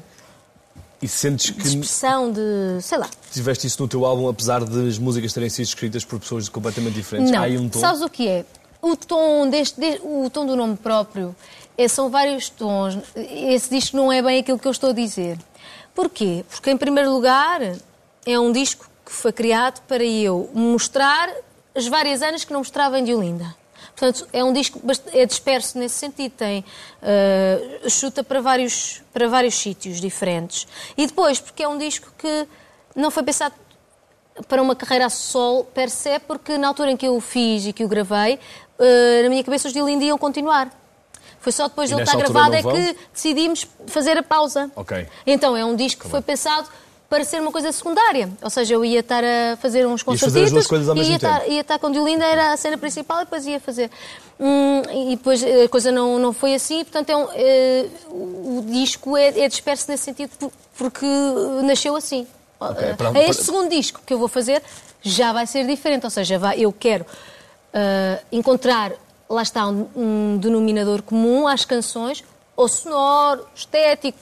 [SPEAKER 3] E sentes que
[SPEAKER 2] expressão de. sei lá.
[SPEAKER 3] tiveste isso no teu álbum, apesar de as músicas terem sido escritas por pessoas completamente diferentes.
[SPEAKER 2] Não.
[SPEAKER 3] Há aí um tom.
[SPEAKER 2] Sabes o que é? O tom, deste, de- o tom do nome próprio é- são vários tons. Esse disco não é bem aquilo que eu estou a dizer. Porquê? Porque, em primeiro lugar, é um disco que foi criado para eu mostrar as várias anos que não mostrava em Diolinda. Portanto, é um disco bast- é disperso nesse sentido, tem ah, chuta para vários, para vários sítios diferentes. E depois, porque é um disco que não foi pensado para uma carreira a sol per se, porque na altura em que eu o fiz e que o gravei, eh, na minha cabeça os Dilinde iam continuar. Foi só depois
[SPEAKER 3] E
[SPEAKER 2] de ele
[SPEAKER 3] nessa
[SPEAKER 2] estar
[SPEAKER 3] altura
[SPEAKER 2] gravado é
[SPEAKER 3] não vão?
[SPEAKER 2] que decidimos fazer a pausa.
[SPEAKER 3] Ok. Tá
[SPEAKER 2] Então, é um disco que foi pensado para ser uma coisa secundária. Ou seja, eu ia estar a fazer uns
[SPEAKER 3] Ias fazer as duas
[SPEAKER 2] concertitas
[SPEAKER 3] coisas ao
[SPEAKER 2] e
[SPEAKER 3] mesmo
[SPEAKER 2] ia estar,
[SPEAKER 3] tempo.
[SPEAKER 2] ia estar com Diolinda, era a cena principal e depois ia fazer. Hum, e depois eh, a coisa não, não foi assim, portanto é um, eh, o o disco é, é disperso nesse sentido por- porque nasceu assim. Eh,
[SPEAKER 3] para-
[SPEAKER 2] é este
[SPEAKER 3] para-
[SPEAKER 2] segundo disco que eu vou fazer já vai ser diferente, ou seja, vai- eu quero eh, encontrar, lá está, um, um denominador comum às canções, ou sonoro, estético,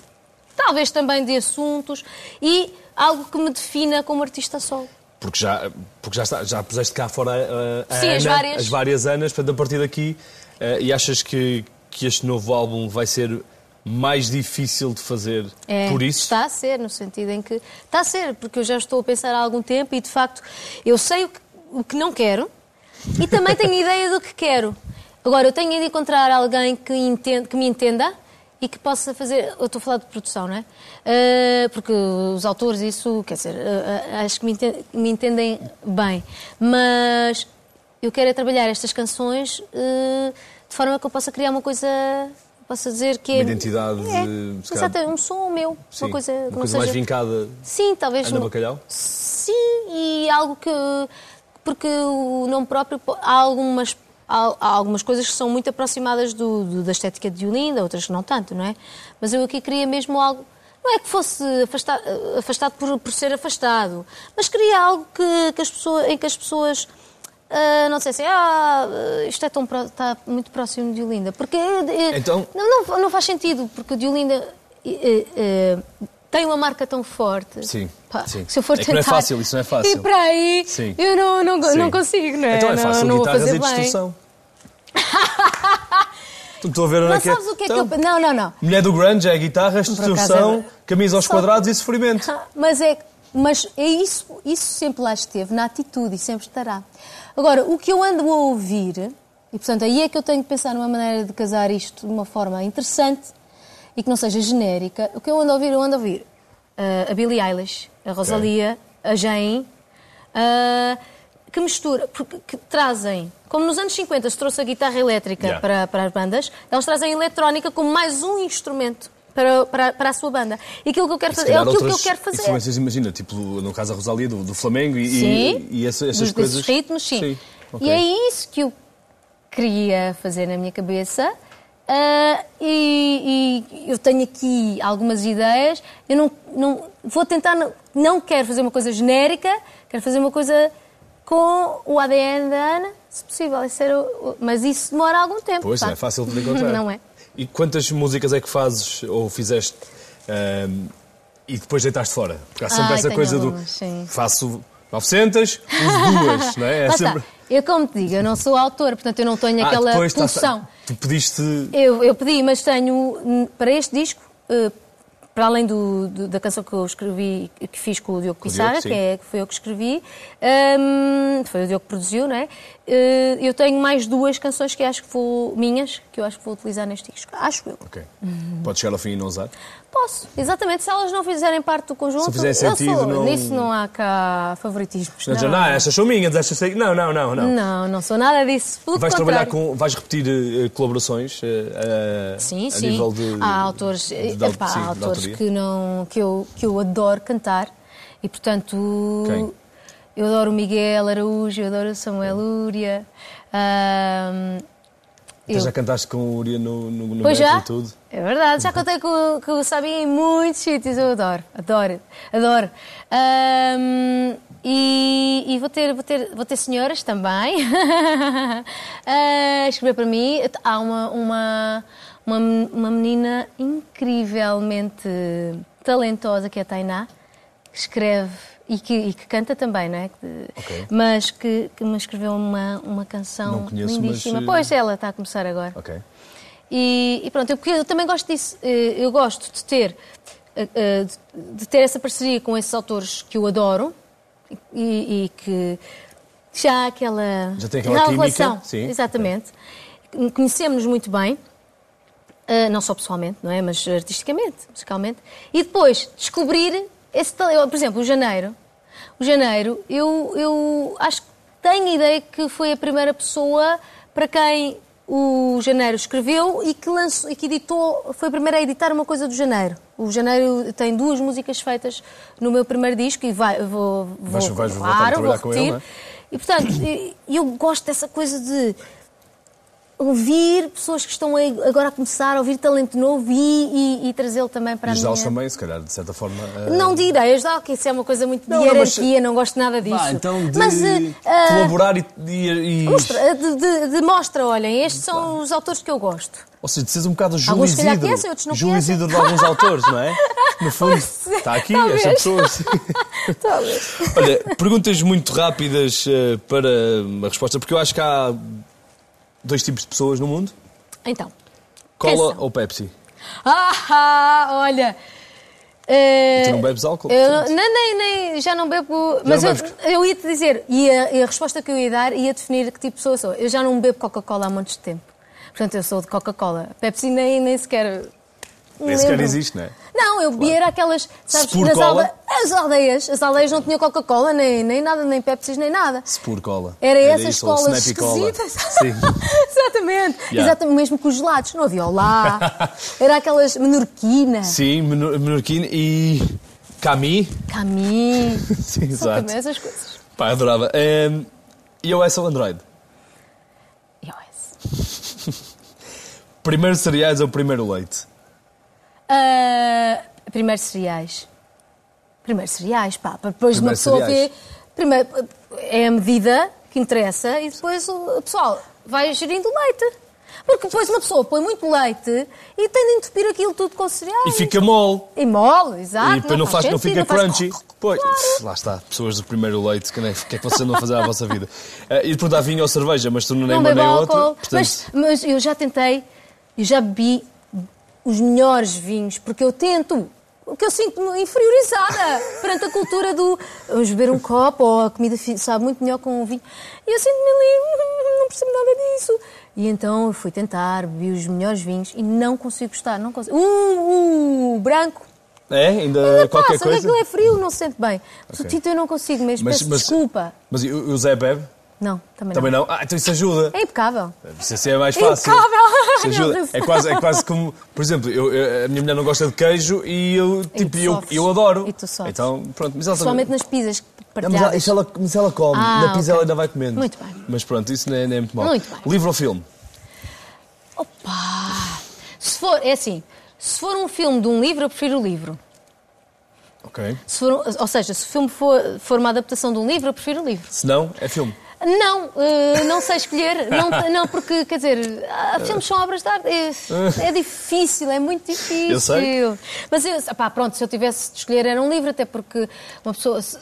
[SPEAKER 2] talvez também de assuntos, e algo que me defina como artista solo.
[SPEAKER 3] Porque já, porque já, está, já puseste cá fora uh, a
[SPEAKER 2] Sim,
[SPEAKER 3] Ana,
[SPEAKER 2] as várias.
[SPEAKER 3] as várias Anas, portanto, a partir daqui, uh, e achas que, que este novo álbum vai ser mais difícil de fazer
[SPEAKER 2] É,
[SPEAKER 3] por isso?
[SPEAKER 2] Está a ser, no sentido em que. Está a ser, porque eu já estou a pensar há algum tempo e de facto eu sei o que, o que não quero e também tenho ideia do que quero. Agora, eu tenho de encontrar alguém que, entenda, que me entenda e que possa fazer. Eu estou a falar de produção, não é? Ah, porque os autores, isso, quer dizer, ah, ah, acho que me entendem, me entendem bem. Mas eu quero é trabalhar estas canções ah, de forma que eu possa criar uma coisa. Possa dizer que é.
[SPEAKER 3] Uma identidade,
[SPEAKER 2] É,
[SPEAKER 3] se calhar,
[SPEAKER 2] exatamente, um som meu,
[SPEAKER 3] Sim,
[SPEAKER 2] uma coisa, que não
[SPEAKER 3] mais
[SPEAKER 2] seja-
[SPEAKER 3] vincada.
[SPEAKER 2] Sim, talvez.
[SPEAKER 3] Ana
[SPEAKER 2] não-
[SPEAKER 3] Bacalhau?
[SPEAKER 2] Sim, e algo que. Porque o nome próprio. po- Há algumas, há, há algumas coisas que são muito aproximadas do, do- da estética de Olinda, outras que não tanto, não é? Mas eu aqui queria mesmo algo. Não é que fosse afasta- afastado, por, por ser afastado, mas queria algo que, que as pessoas, em que as pessoas. ah, não dissessem ah, isto é tão pró- está muito próximo de Olinda. Porque eh,
[SPEAKER 3] Então-
[SPEAKER 2] não, não, não faz sentido, porque o Diolinda eh, eh, tem uma marca tão forte.
[SPEAKER 3] Sim, sim.
[SPEAKER 2] Se eu for
[SPEAKER 3] É que
[SPEAKER 2] tentar.
[SPEAKER 3] não é fácil, isso não é fácil.
[SPEAKER 2] E para aí,
[SPEAKER 3] Sim.
[SPEAKER 2] eu não, não,
[SPEAKER 3] Sim.
[SPEAKER 2] não consigo, não é?
[SPEAKER 3] Então é fácil,
[SPEAKER 2] não, não vou
[SPEAKER 3] guitarras
[SPEAKER 2] fazer
[SPEAKER 3] e
[SPEAKER 2] bem.
[SPEAKER 3] distorção. Tu Estou a ver onde
[SPEAKER 2] Não
[SPEAKER 3] é que é.
[SPEAKER 2] sabes o que é
[SPEAKER 3] Então,
[SPEAKER 2] que eu. Não, não, não.
[SPEAKER 3] Mulher do grunge é guitarras,
[SPEAKER 2] acaso
[SPEAKER 3] distorção,
[SPEAKER 2] é-
[SPEAKER 3] camisa aos
[SPEAKER 2] Só-
[SPEAKER 3] quadrados e sofrimento.
[SPEAKER 2] Mas é, mas é isso, isso sempre lá esteve, na atitude, e sempre estará. Agora, o que eu ando a ouvir, e portanto aí é que eu tenho que pensar numa maneira de casar isto de uma forma interessante e que não seja genérica, o que eu ando a ouvir, eu ando a ouvir ah, a Billie Eilish, a Rosalia, a Jane, ah, que mistura, porque- que trazem, como nos anos 50 se trouxe a guitarra elétrica
[SPEAKER 3] Yeah.
[SPEAKER 2] para, para as bandas, elas trazem a eletrónica como mais um instrumento. Para, para, para a sua banda. E aquilo que eu quero
[SPEAKER 3] Se
[SPEAKER 2] é
[SPEAKER 3] calhar
[SPEAKER 2] aquilo que eu
[SPEAKER 3] outras
[SPEAKER 2] quero fazer.
[SPEAKER 3] Influências, imagina, tipo no caso a Rosalia do, do Flamengo e,
[SPEAKER 2] Sim,
[SPEAKER 3] e, e essa- essas
[SPEAKER 2] dos,
[SPEAKER 3] coisas.
[SPEAKER 2] desses ritmos, sim.
[SPEAKER 3] ok.
[SPEAKER 2] E é isso que eu queria fazer na minha cabeça. Ah, e, e eu tenho aqui algumas ideias. Eu não, não vou tentar, não, não quero fazer uma coisa genérica, quero fazer uma coisa com o ADN da Ana, se possível. Isso era o- o- mas isso demora algum tempo.
[SPEAKER 3] Pois,
[SPEAKER 2] pá.
[SPEAKER 3] não é fácil de encontrar.
[SPEAKER 2] Não é.
[SPEAKER 3] E quantas músicas é que fazes ou fizeste ahm, e depois deitaste fora? Porque há sempre
[SPEAKER 2] Ai,
[SPEAKER 3] essa
[SPEAKER 2] tenho
[SPEAKER 3] coisa
[SPEAKER 2] algumas,
[SPEAKER 3] do
[SPEAKER 2] sim.
[SPEAKER 3] faço 900, uso duas, não é? É
[SPEAKER 2] Lá está.
[SPEAKER 3] sempre...
[SPEAKER 2] Eu, como te digo, eu não sou autora, portanto eu não tenho
[SPEAKER 3] Ah,
[SPEAKER 2] aquela
[SPEAKER 3] depois tá-
[SPEAKER 2] pulsão.
[SPEAKER 3] tu pediste
[SPEAKER 2] Eu, eu pedi, mas tenho hum, para este disco, eh, para além do- do- da canção que eu escrevi, e que fiz com o Diogo
[SPEAKER 3] o Diogo,
[SPEAKER 2] Pissarra,
[SPEAKER 3] sim.
[SPEAKER 2] que, é, que foi eu que escrevi, hum, foi o Diogo que produziu, não é? Eh, eu tenho mais duas canções que acho que vou, minhas, que eu acho que vou utilizar neste disco. Acho eu.
[SPEAKER 3] Ok. Pode chegar ao fim e não usar.
[SPEAKER 2] Posso, exatamente, se elas não fizerem parte do conjunto,
[SPEAKER 3] Se fizer
[SPEAKER 2] eu
[SPEAKER 3] sentido,
[SPEAKER 2] sou.
[SPEAKER 3] não-
[SPEAKER 2] nisso não há cá favoritismos.
[SPEAKER 3] Não, dizer, não, é estas são minhas, estas sei. Não, não, não, não.
[SPEAKER 2] não, não sou nada disso. Pelo
[SPEAKER 3] Vais trabalhar
[SPEAKER 2] contrário.
[SPEAKER 3] com. Vais repetir eh, colaborações eh, a-
[SPEAKER 2] Sim,
[SPEAKER 3] a
[SPEAKER 2] sim.
[SPEAKER 3] nível de.
[SPEAKER 2] há autores, eh,
[SPEAKER 3] de- de-
[SPEAKER 2] epá,
[SPEAKER 3] sim,
[SPEAKER 2] há
[SPEAKER 3] de
[SPEAKER 2] autores
[SPEAKER 3] autoria.
[SPEAKER 2] que, não, que, eu, que eu adoro cantar e, portanto,
[SPEAKER 3] Quem?
[SPEAKER 2] eu adoro o Miguel Araújo, eu adoro o Samuel Lúria. ahm,
[SPEAKER 3] Até já cantaste com o Uria no, no, no
[SPEAKER 2] Pois
[SPEAKER 3] Metro
[SPEAKER 2] já?
[SPEAKER 3] e tudo.
[SPEAKER 2] É verdade, já contei com, com o Sabinho em muitos sítios, eu adoro, adoro, adoro. Ahm, e e vou, ter, vou, ter, vou ter senhoras também a escrever para mim. Há uma, uma, uma, uma menina incrivelmente talentosa que é a Tainá, que escreve e que, e que canta também, não é? Que-
[SPEAKER 3] Ok.
[SPEAKER 2] Mas que, que me escreveu uma, uma
[SPEAKER 3] Não
[SPEAKER 2] canção
[SPEAKER 3] conheço, mas,
[SPEAKER 2] lindíssima.
[SPEAKER 3] eh,
[SPEAKER 2] Pois ela está a começar agora.
[SPEAKER 3] Ok.
[SPEAKER 2] E, e pronto, eu, porque eu também gosto disso. Eh, Eu gosto de ter, eh, eh, de de ter essa parceria com esses autores que eu adoro e, e que já há aquela,
[SPEAKER 3] Já tem aquela química,
[SPEAKER 2] relação.
[SPEAKER 3] sim.
[SPEAKER 2] Exatamente. Conhecemos-nos muito bem, ah, não só pessoalmente, não é? Mas artisticamente, musicalmente. E depois descobrir esse tal- eu, Por exemplo, o Janeiro. O Janeiro, eu, eu acho que tenho a ideia que foi a primeira pessoa para quem o Janeiro escreveu e que, lançou, e que editou, foi a primeira a editar uma coisa do Janeiro. O Janeiro tem duas músicas feitas no meu primeiro disco e vai, vou, vou,
[SPEAKER 3] Vais- vais voltar a
[SPEAKER 2] claro, vou
[SPEAKER 3] trabalhar com
[SPEAKER 2] repetir.
[SPEAKER 3] ele, não é?
[SPEAKER 2] E portanto, e- eu gosto dessa coisa de ouvir pessoas que estão aí agora a começar a ouvir talento novo e, e- e trazê-lo também para a
[SPEAKER 3] Mas
[SPEAKER 2] minha...
[SPEAKER 3] eles também, se calhar, de certa forma. ah,
[SPEAKER 2] Não de ideias, dá, que isso é uma coisa muito de
[SPEAKER 3] Não, não, mas-
[SPEAKER 2] hierarquia, não, gosto nada disso.
[SPEAKER 3] vá, então de
[SPEAKER 2] Mas eh, ah,
[SPEAKER 3] colaborar e. e- e-
[SPEAKER 2] mostra, eh, de, de- de mostra, olhem, estes são os autores que eu gosto.
[SPEAKER 3] Ou seja, de seres um bocado Júlio
[SPEAKER 2] Alguns se calhar
[SPEAKER 3] Isidro.
[SPEAKER 2] conhecem, outros não
[SPEAKER 3] Júlio
[SPEAKER 2] conhecem.
[SPEAKER 3] Isidro de alguns autores, não é? No fundo, está aqui,
[SPEAKER 2] talvez.
[SPEAKER 3] esta pessoa. sim.
[SPEAKER 2] Talvez.
[SPEAKER 3] Olha, perguntas muito rápidas eh, para a resposta, porque eu acho que há dois tipos de pessoas no mundo:
[SPEAKER 2] Então.
[SPEAKER 3] cola
[SPEAKER 2] são?
[SPEAKER 3] ou Pepsi.
[SPEAKER 2] Ah, olha. eh,
[SPEAKER 3] E tu não bebes álcool,
[SPEAKER 2] eu
[SPEAKER 3] portanto?
[SPEAKER 2] não- nem, nem, já não bebo. mas
[SPEAKER 3] não
[SPEAKER 2] eu-
[SPEAKER 3] bebes?
[SPEAKER 2] eu, ia te dizer, e a, e a resposta que eu ia dar ia definir que tipo de pessoa sou. Eu já não bebo Coca-Cola há montes de tempo. Portanto, eu sou de Coca-Cola. Pepsi nem, nem sequer.
[SPEAKER 3] Nem sequer
[SPEAKER 2] lembro.
[SPEAKER 3] existe, não é?
[SPEAKER 2] Não, eu bebia era aquelas. Sabes,
[SPEAKER 3] Spur
[SPEAKER 2] nas
[SPEAKER 3] Cola?
[SPEAKER 2] alde- as aldeias. As aldeias não tinham Coca-Cola, nem, nem nada, nem Pepsi, nem nada.
[SPEAKER 3] Se por cola.
[SPEAKER 2] Era, essas
[SPEAKER 3] isso, ou
[SPEAKER 2] escolas
[SPEAKER 3] Snappy Cola.
[SPEAKER 2] esquisitas.
[SPEAKER 3] Sim.
[SPEAKER 2] Exatamente.
[SPEAKER 3] Yeah.
[SPEAKER 2] Exatamente. Mesmo com os gelados. Não havia olá. Era aquelas menorquina,
[SPEAKER 3] Sim, menor- menorquina e. Cami.
[SPEAKER 2] caminho.
[SPEAKER 3] Sim, exato.
[SPEAKER 2] Exatamente, essas coisas.
[SPEAKER 3] Pá, adorava. Ehm, iOS ou Android?
[SPEAKER 2] iOS.
[SPEAKER 3] Primeiro cereais ou primeiro leite?
[SPEAKER 2] Ah, primeiro cereais. Primeiro cereais, pá. para Depois
[SPEAKER 3] Primeiro
[SPEAKER 2] uma pessoa
[SPEAKER 3] cereais.
[SPEAKER 2] vê. Primeiro, é a medida que interessa e depois o o pessoal vai gerindo o leite. Porque depois uma pessoa põe muito leite e tem de entupir aquilo tudo com cereais.
[SPEAKER 3] E fica mole.
[SPEAKER 2] E mole, exato.
[SPEAKER 3] e depois não, faz, não
[SPEAKER 2] sentido,
[SPEAKER 3] fica
[SPEAKER 2] Ah, faz-
[SPEAKER 3] crunchy. Pois, uf, lá está, pessoas do primeiro leite, que nem- o que é que vocês andam a fazer à vossa vida? Eh, e perguntar vinho ou cerveja, mas tu não nem
[SPEAKER 2] Não
[SPEAKER 3] uma
[SPEAKER 2] bebo
[SPEAKER 3] nem
[SPEAKER 2] álcool,
[SPEAKER 3] outra. Portanto,
[SPEAKER 2] mas, mas eu já tentei, eu já bebi os melhores vinhos, porque eu tento, porque eu sinto-me inferiorizada perante a cultura do vamos beber um copo ou a comida fi- sabe muito melhor com o vinho. E eu sinto-me ali, "Hum, não percebo nada disso. E então eu fui tentar, bebi os melhores vinhos e não consigo gostar, não consigo. Uh, uh, branco.
[SPEAKER 3] é, ainda,
[SPEAKER 2] Ainda
[SPEAKER 3] qualquer
[SPEAKER 2] passa,
[SPEAKER 3] coisa.
[SPEAKER 2] aquilo é frio, não se sente bem. Mas o
[SPEAKER 3] Ok.
[SPEAKER 2] Tito eu não consigo mesmo,
[SPEAKER 3] Mas-
[SPEAKER 2] peço
[SPEAKER 3] mas-
[SPEAKER 2] desculpa.
[SPEAKER 3] Mas e o e o Zé bebe?
[SPEAKER 2] Não, também,
[SPEAKER 3] Também
[SPEAKER 2] não.
[SPEAKER 3] não. Ah, então isso ajuda.
[SPEAKER 2] É impecável.
[SPEAKER 3] Isso assim é mais
[SPEAKER 2] É
[SPEAKER 3] fácil.
[SPEAKER 2] impecável.
[SPEAKER 3] Isso
[SPEAKER 2] Meu
[SPEAKER 3] ajuda.
[SPEAKER 2] Deus.
[SPEAKER 3] É quase, é quase como, por exemplo, eu- eu- a minha mulher não gosta de queijo e eu,
[SPEAKER 2] E
[SPEAKER 3] tipo,
[SPEAKER 2] tu
[SPEAKER 3] eu,
[SPEAKER 2] sofres.
[SPEAKER 3] eu adoro.
[SPEAKER 2] E tu sofres.
[SPEAKER 3] Então, pronto, mas ela também-
[SPEAKER 2] Principalmente nas pizzas que
[SPEAKER 3] Não, mas, ela,
[SPEAKER 2] partilhadas.
[SPEAKER 3] isso ela, mas ela come,
[SPEAKER 2] Ah,
[SPEAKER 3] na pizza
[SPEAKER 2] ok.
[SPEAKER 3] ela ainda vai comendo.
[SPEAKER 2] Muito bem.
[SPEAKER 3] Mas pronto, isso não é, não é muito mal.
[SPEAKER 2] Muito bem.
[SPEAKER 3] Livro ou filme?
[SPEAKER 2] Opa! Se for, é assim, se for um filme de um livro, eu prefiro o livro.
[SPEAKER 3] Ok.
[SPEAKER 2] Se for, ou seja, se o filme for, for uma adaptação de um livro, eu prefiro o livro.
[SPEAKER 3] Se não, é filme.
[SPEAKER 2] Não, eh, não sei escolher, não, não, porque, quer dizer, há- filmes são obras de arte, é, é difícil, é muito difícil.
[SPEAKER 3] Eu sei.
[SPEAKER 2] Mas, eu, ah, pá, pronto, se eu tivesse de escolher era um livro, até porque uma pessoa... se-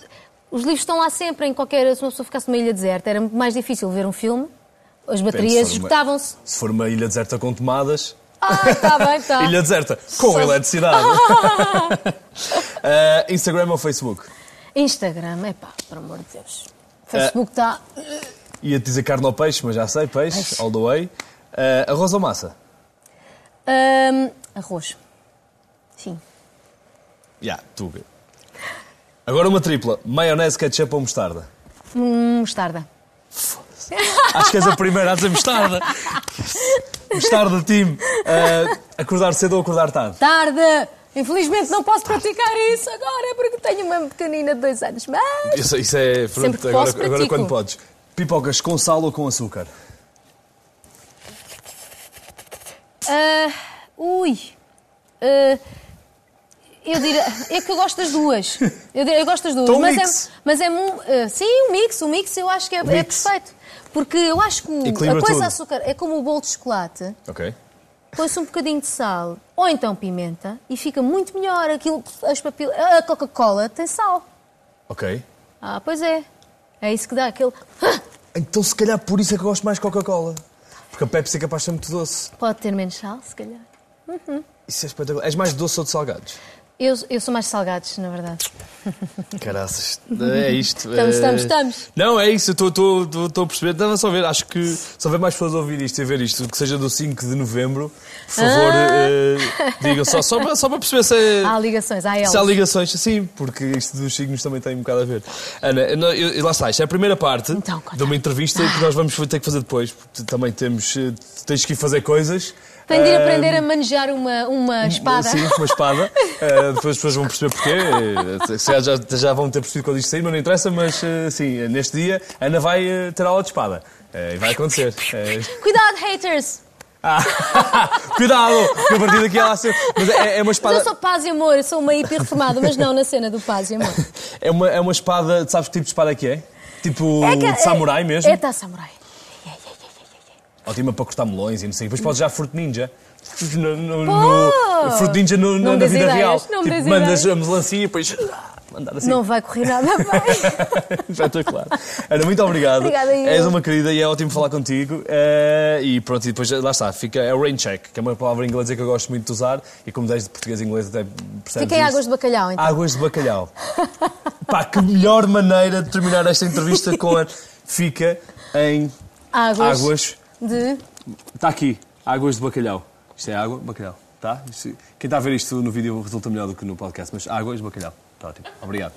[SPEAKER 2] os livros estão lá sempre, em qualquer... Se uma pessoa ficasse numa ilha deserta, era muito mais difícil ver um filme, as baterias
[SPEAKER 3] se for uma-
[SPEAKER 2] esgotavam-se.
[SPEAKER 3] Se for uma ilha deserta com tomadas,
[SPEAKER 2] Ah, está bem, está.
[SPEAKER 3] ilha deserta com
[SPEAKER 2] Só-
[SPEAKER 3] eletricidade. Ah, Instagram ou Facebook?
[SPEAKER 2] Instagram, é pá, por amor de Deus.
[SPEAKER 3] Eh,
[SPEAKER 2] Facebook tá- está.
[SPEAKER 3] Ia-te dizer carne ou peixe, mas já sei, peixe,
[SPEAKER 2] Peixe.
[SPEAKER 3] all the way. Ah, arroz ou massa?
[SPEAKER 2] Ahm, arroz. Sim.
[SPEAKER 3] Já, tuga. Agora uma tripla. Maionese, ketchup ou mostarda?
[SPEAKER 2] Hum, mostarda.
[SPEAKER 3] Acho que és a primeira a dizer mostarda. mostarda, time. Ah, acordar cedo ou acordar tarde?
[SPEAKER 2] Tarde! Infelizmente não posso praticar isso agora é porque tenho uma pequenina de dois anos, mas.
[SPEAKER 3] Isso, isso
[SPEAKER 2] Sempre
[SPEAKER 3] é. pronto,
[SPEAKER 2] que
[SPEAKER 3] agora,
[SPEAKER 2] posso,
[SPEAKER 3] agora
[SPEAKER 2] pratico.
[SPEAKER 3] quando podes. Pipocas com sal ou com açúcar?
[SPEAKER 2] Ah, ui. Ah, eu diria. É que eu gosto das duas. Eu, diria- eu gosto das duas.
[SPEAKER 3] Então, um
[SPEAKER 2] mas,
[SPEAKER 3] mix. Um
[SPEAKER 2] É, mas é. mu- ah, sim, o mix. O mix eu acho que é, é
[SPEAKER 3] mix.
[SPEAKER 2] perfeito. Porque eu acho que o-
[SPEAKER 3] Equilibra
[SPEAKER 2] a coisa
[SPEAKER 3] tudo.
[SPEAKER 2] açúcar é como o bolo de chocolate.
[SPEAKER 3] Ok.
[SPEAKER 2] põe-se um bocadinho de sal ou então pimenta e fica muito melhor. Aquilo, as papilas, a Coca-Cola tem sal.
[SPEAKER 3] Ok.
[SPEAKER 2] Ah, pois é. É isso que dá aquele. "Ah,
[SPEAKER 3] Então se calhar por isso é que eu gosto mais de Coca-Cola. Porque a Pepsi é capaz de ser muito doce.
[SPEAKER 2] Pode ter menos sal, se calhar.
[SPEAKER 3] Isso é espetacular. És mais doce ou de salgados?
[SPEAKER 2] Eu, eu sou mais salgados, na verdade.
[SPEAKER 3] Caraças, é isto.
[SPEAKER 2] Estamos,
[SPEAKER 3] é...
[SPEAKER 2] estamos, estamos.
[SPEAKER 3] Não, é isso, eu estou- estou estou- estou a perceber. Estava só a ver, acho que se houver mais pessoas a ouvir isto e a ver isto, que seja do 5 de novembro, por favor,
[SPEAKER 2] Ah.
[SPEAKER 3] eh, digam só, só para, só para perceber se, é-
[SPEAKER 2] Há ligações, há elas.
[SPEAKER 3] se há ligações. Sim, porque isto dos signos também tem um bocado a ver. Ana, eu não- eu- lá está, isto é a primeira parte
[SPEAKER 2] Então, conta.
[SPEAKER 3] de uma entrevista que nós vamos ter que fazer depois, porque também temos, eh, tens que ir fazer coisas.
[SPEAKER 2] Tenho de ir
[SPEAKER 3] Ah,
[SPEAKER 2] aprender a manejar uma, uma espada.
[SPEAKER 3] eh, Sim, uma espada. Eh, depois as pessoas vão perceber porquê. Eh, se calhar já, já vão ter percebido quando isto sair, mas não interessa. Mas eh, sim, eh, neste dia, a Ana vai eh, ter aula de espada. Eh, E vai acontecer. Eh,
[SPEAKER 2] Cuidado, haters!
[SPEAKER 3] ah, cuidado! que A partir daqui ela ser. Mas é, é uma
[SPEAKER 2] Mas eu
[SPEAKER 3] espada.
[SPEAKER 2] sou paz e amor, eu sou uma hippie reformada, mas não na cena do paz e amor.
[SPEAKER 3] É uma, é uma espada. Sabes que tipo de espada é que é? Tipo
[SPEAKER 2] É que-
[SPEAKER 3] de samurai mesmo?
[SPEAKER 2] É, tá, samurai.
[SPEAKER 3] Ótima para cortar melões e não sei. Depois podes já Fruit Ninja. No,
[SPEAKER 2] Pô!
[SPEAKER 3] no, no- Fruit Ninja no-
[SPEAKER 2] Não
[SPEAKER 3] na,
[SPEAKER 2] me
[SPEAKER 3] na
[SPEAKER 2] dês
[SPEAKER 3] vida
[SPEAKER 2] ideias,
[SPEAKER 3] real.
[SPEAKER 2] não me
[SPEAKER 3] tipo,
[SPEAKER 2] dês
[SPEAKER 3] mandas
[SPEAKER 2] ideias.
[SPEAKER 3] a melancia e depois. ah, Mandar assim.
[SPEAKER 2] Não vai correr nada bem.
[SPEAKER 3] Espetacular. Ana, muito obrigado.
[SPEAKER 2] Obrigada, eu.
[SPEAKER 3] És uma querida e é ótimo falar contigo. Eh, e pronto, e depois lá está, fica, é o rain check, que é uma palavra inglesa que eu gosto muito de usar e como desde português e inglês até percebes
[SPEAKER 2] Fiquei
[SPEAKER 3] isso.
[SPEAKER 2] águas de bacalhau, então.
[SPEAKER 3] Águas de bacalhau. Pá, que melhor maneira de terminar esta entrevista com a... Fica em...
[SPEAKER 2] Águas.
[SPEAKER 3] Águas.
[SPEAKER 2] De.
[SPEAKER 3] Está aqui, águas de bacalhau. Isto é água, bacalhau. Tá? Isto- Quem está a ver isto no vídeo resulta melhor do que no podcast, mas águas de bacalhau.
[SPEAKER 1] Tá
[SPEAKER 3] Está ótimo. Obrigado.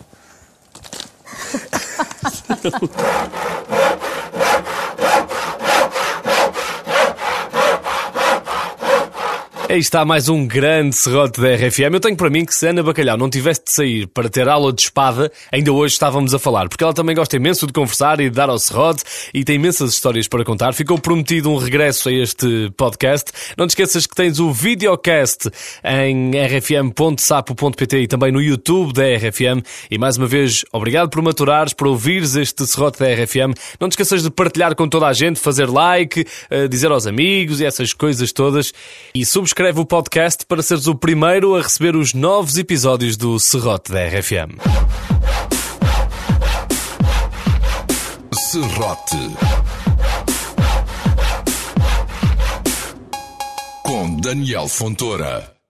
[SPEAKER 1] Aí está mais um grande serrote da RFM. Eu tenho para mim que se Ana Bacalhau não tivesse de sair para ter aula de espada, ainda hoje estávamos a falar, porque ela também gosta imenso de conversar e de dar ao serrote e tem imensas histórias para contar. Ficou prometido um regresso a este podcast. Não te esqueças que tens o videocast em rfm.sapo.pt e também no YouTube da RFM. E mais uma vez, obrigado por maturares, por ouvires este serrote da RFM. Não te esqueças de partilhar com toda a gente, fazer like, eh, dizer aos amigos e essas coisas todas. E subscreve o podcast para seres o primeiro a receber os novos episódios do Serrote da RFM.
[SPEAKER 4] Serrote. Com Daniel Fontoura.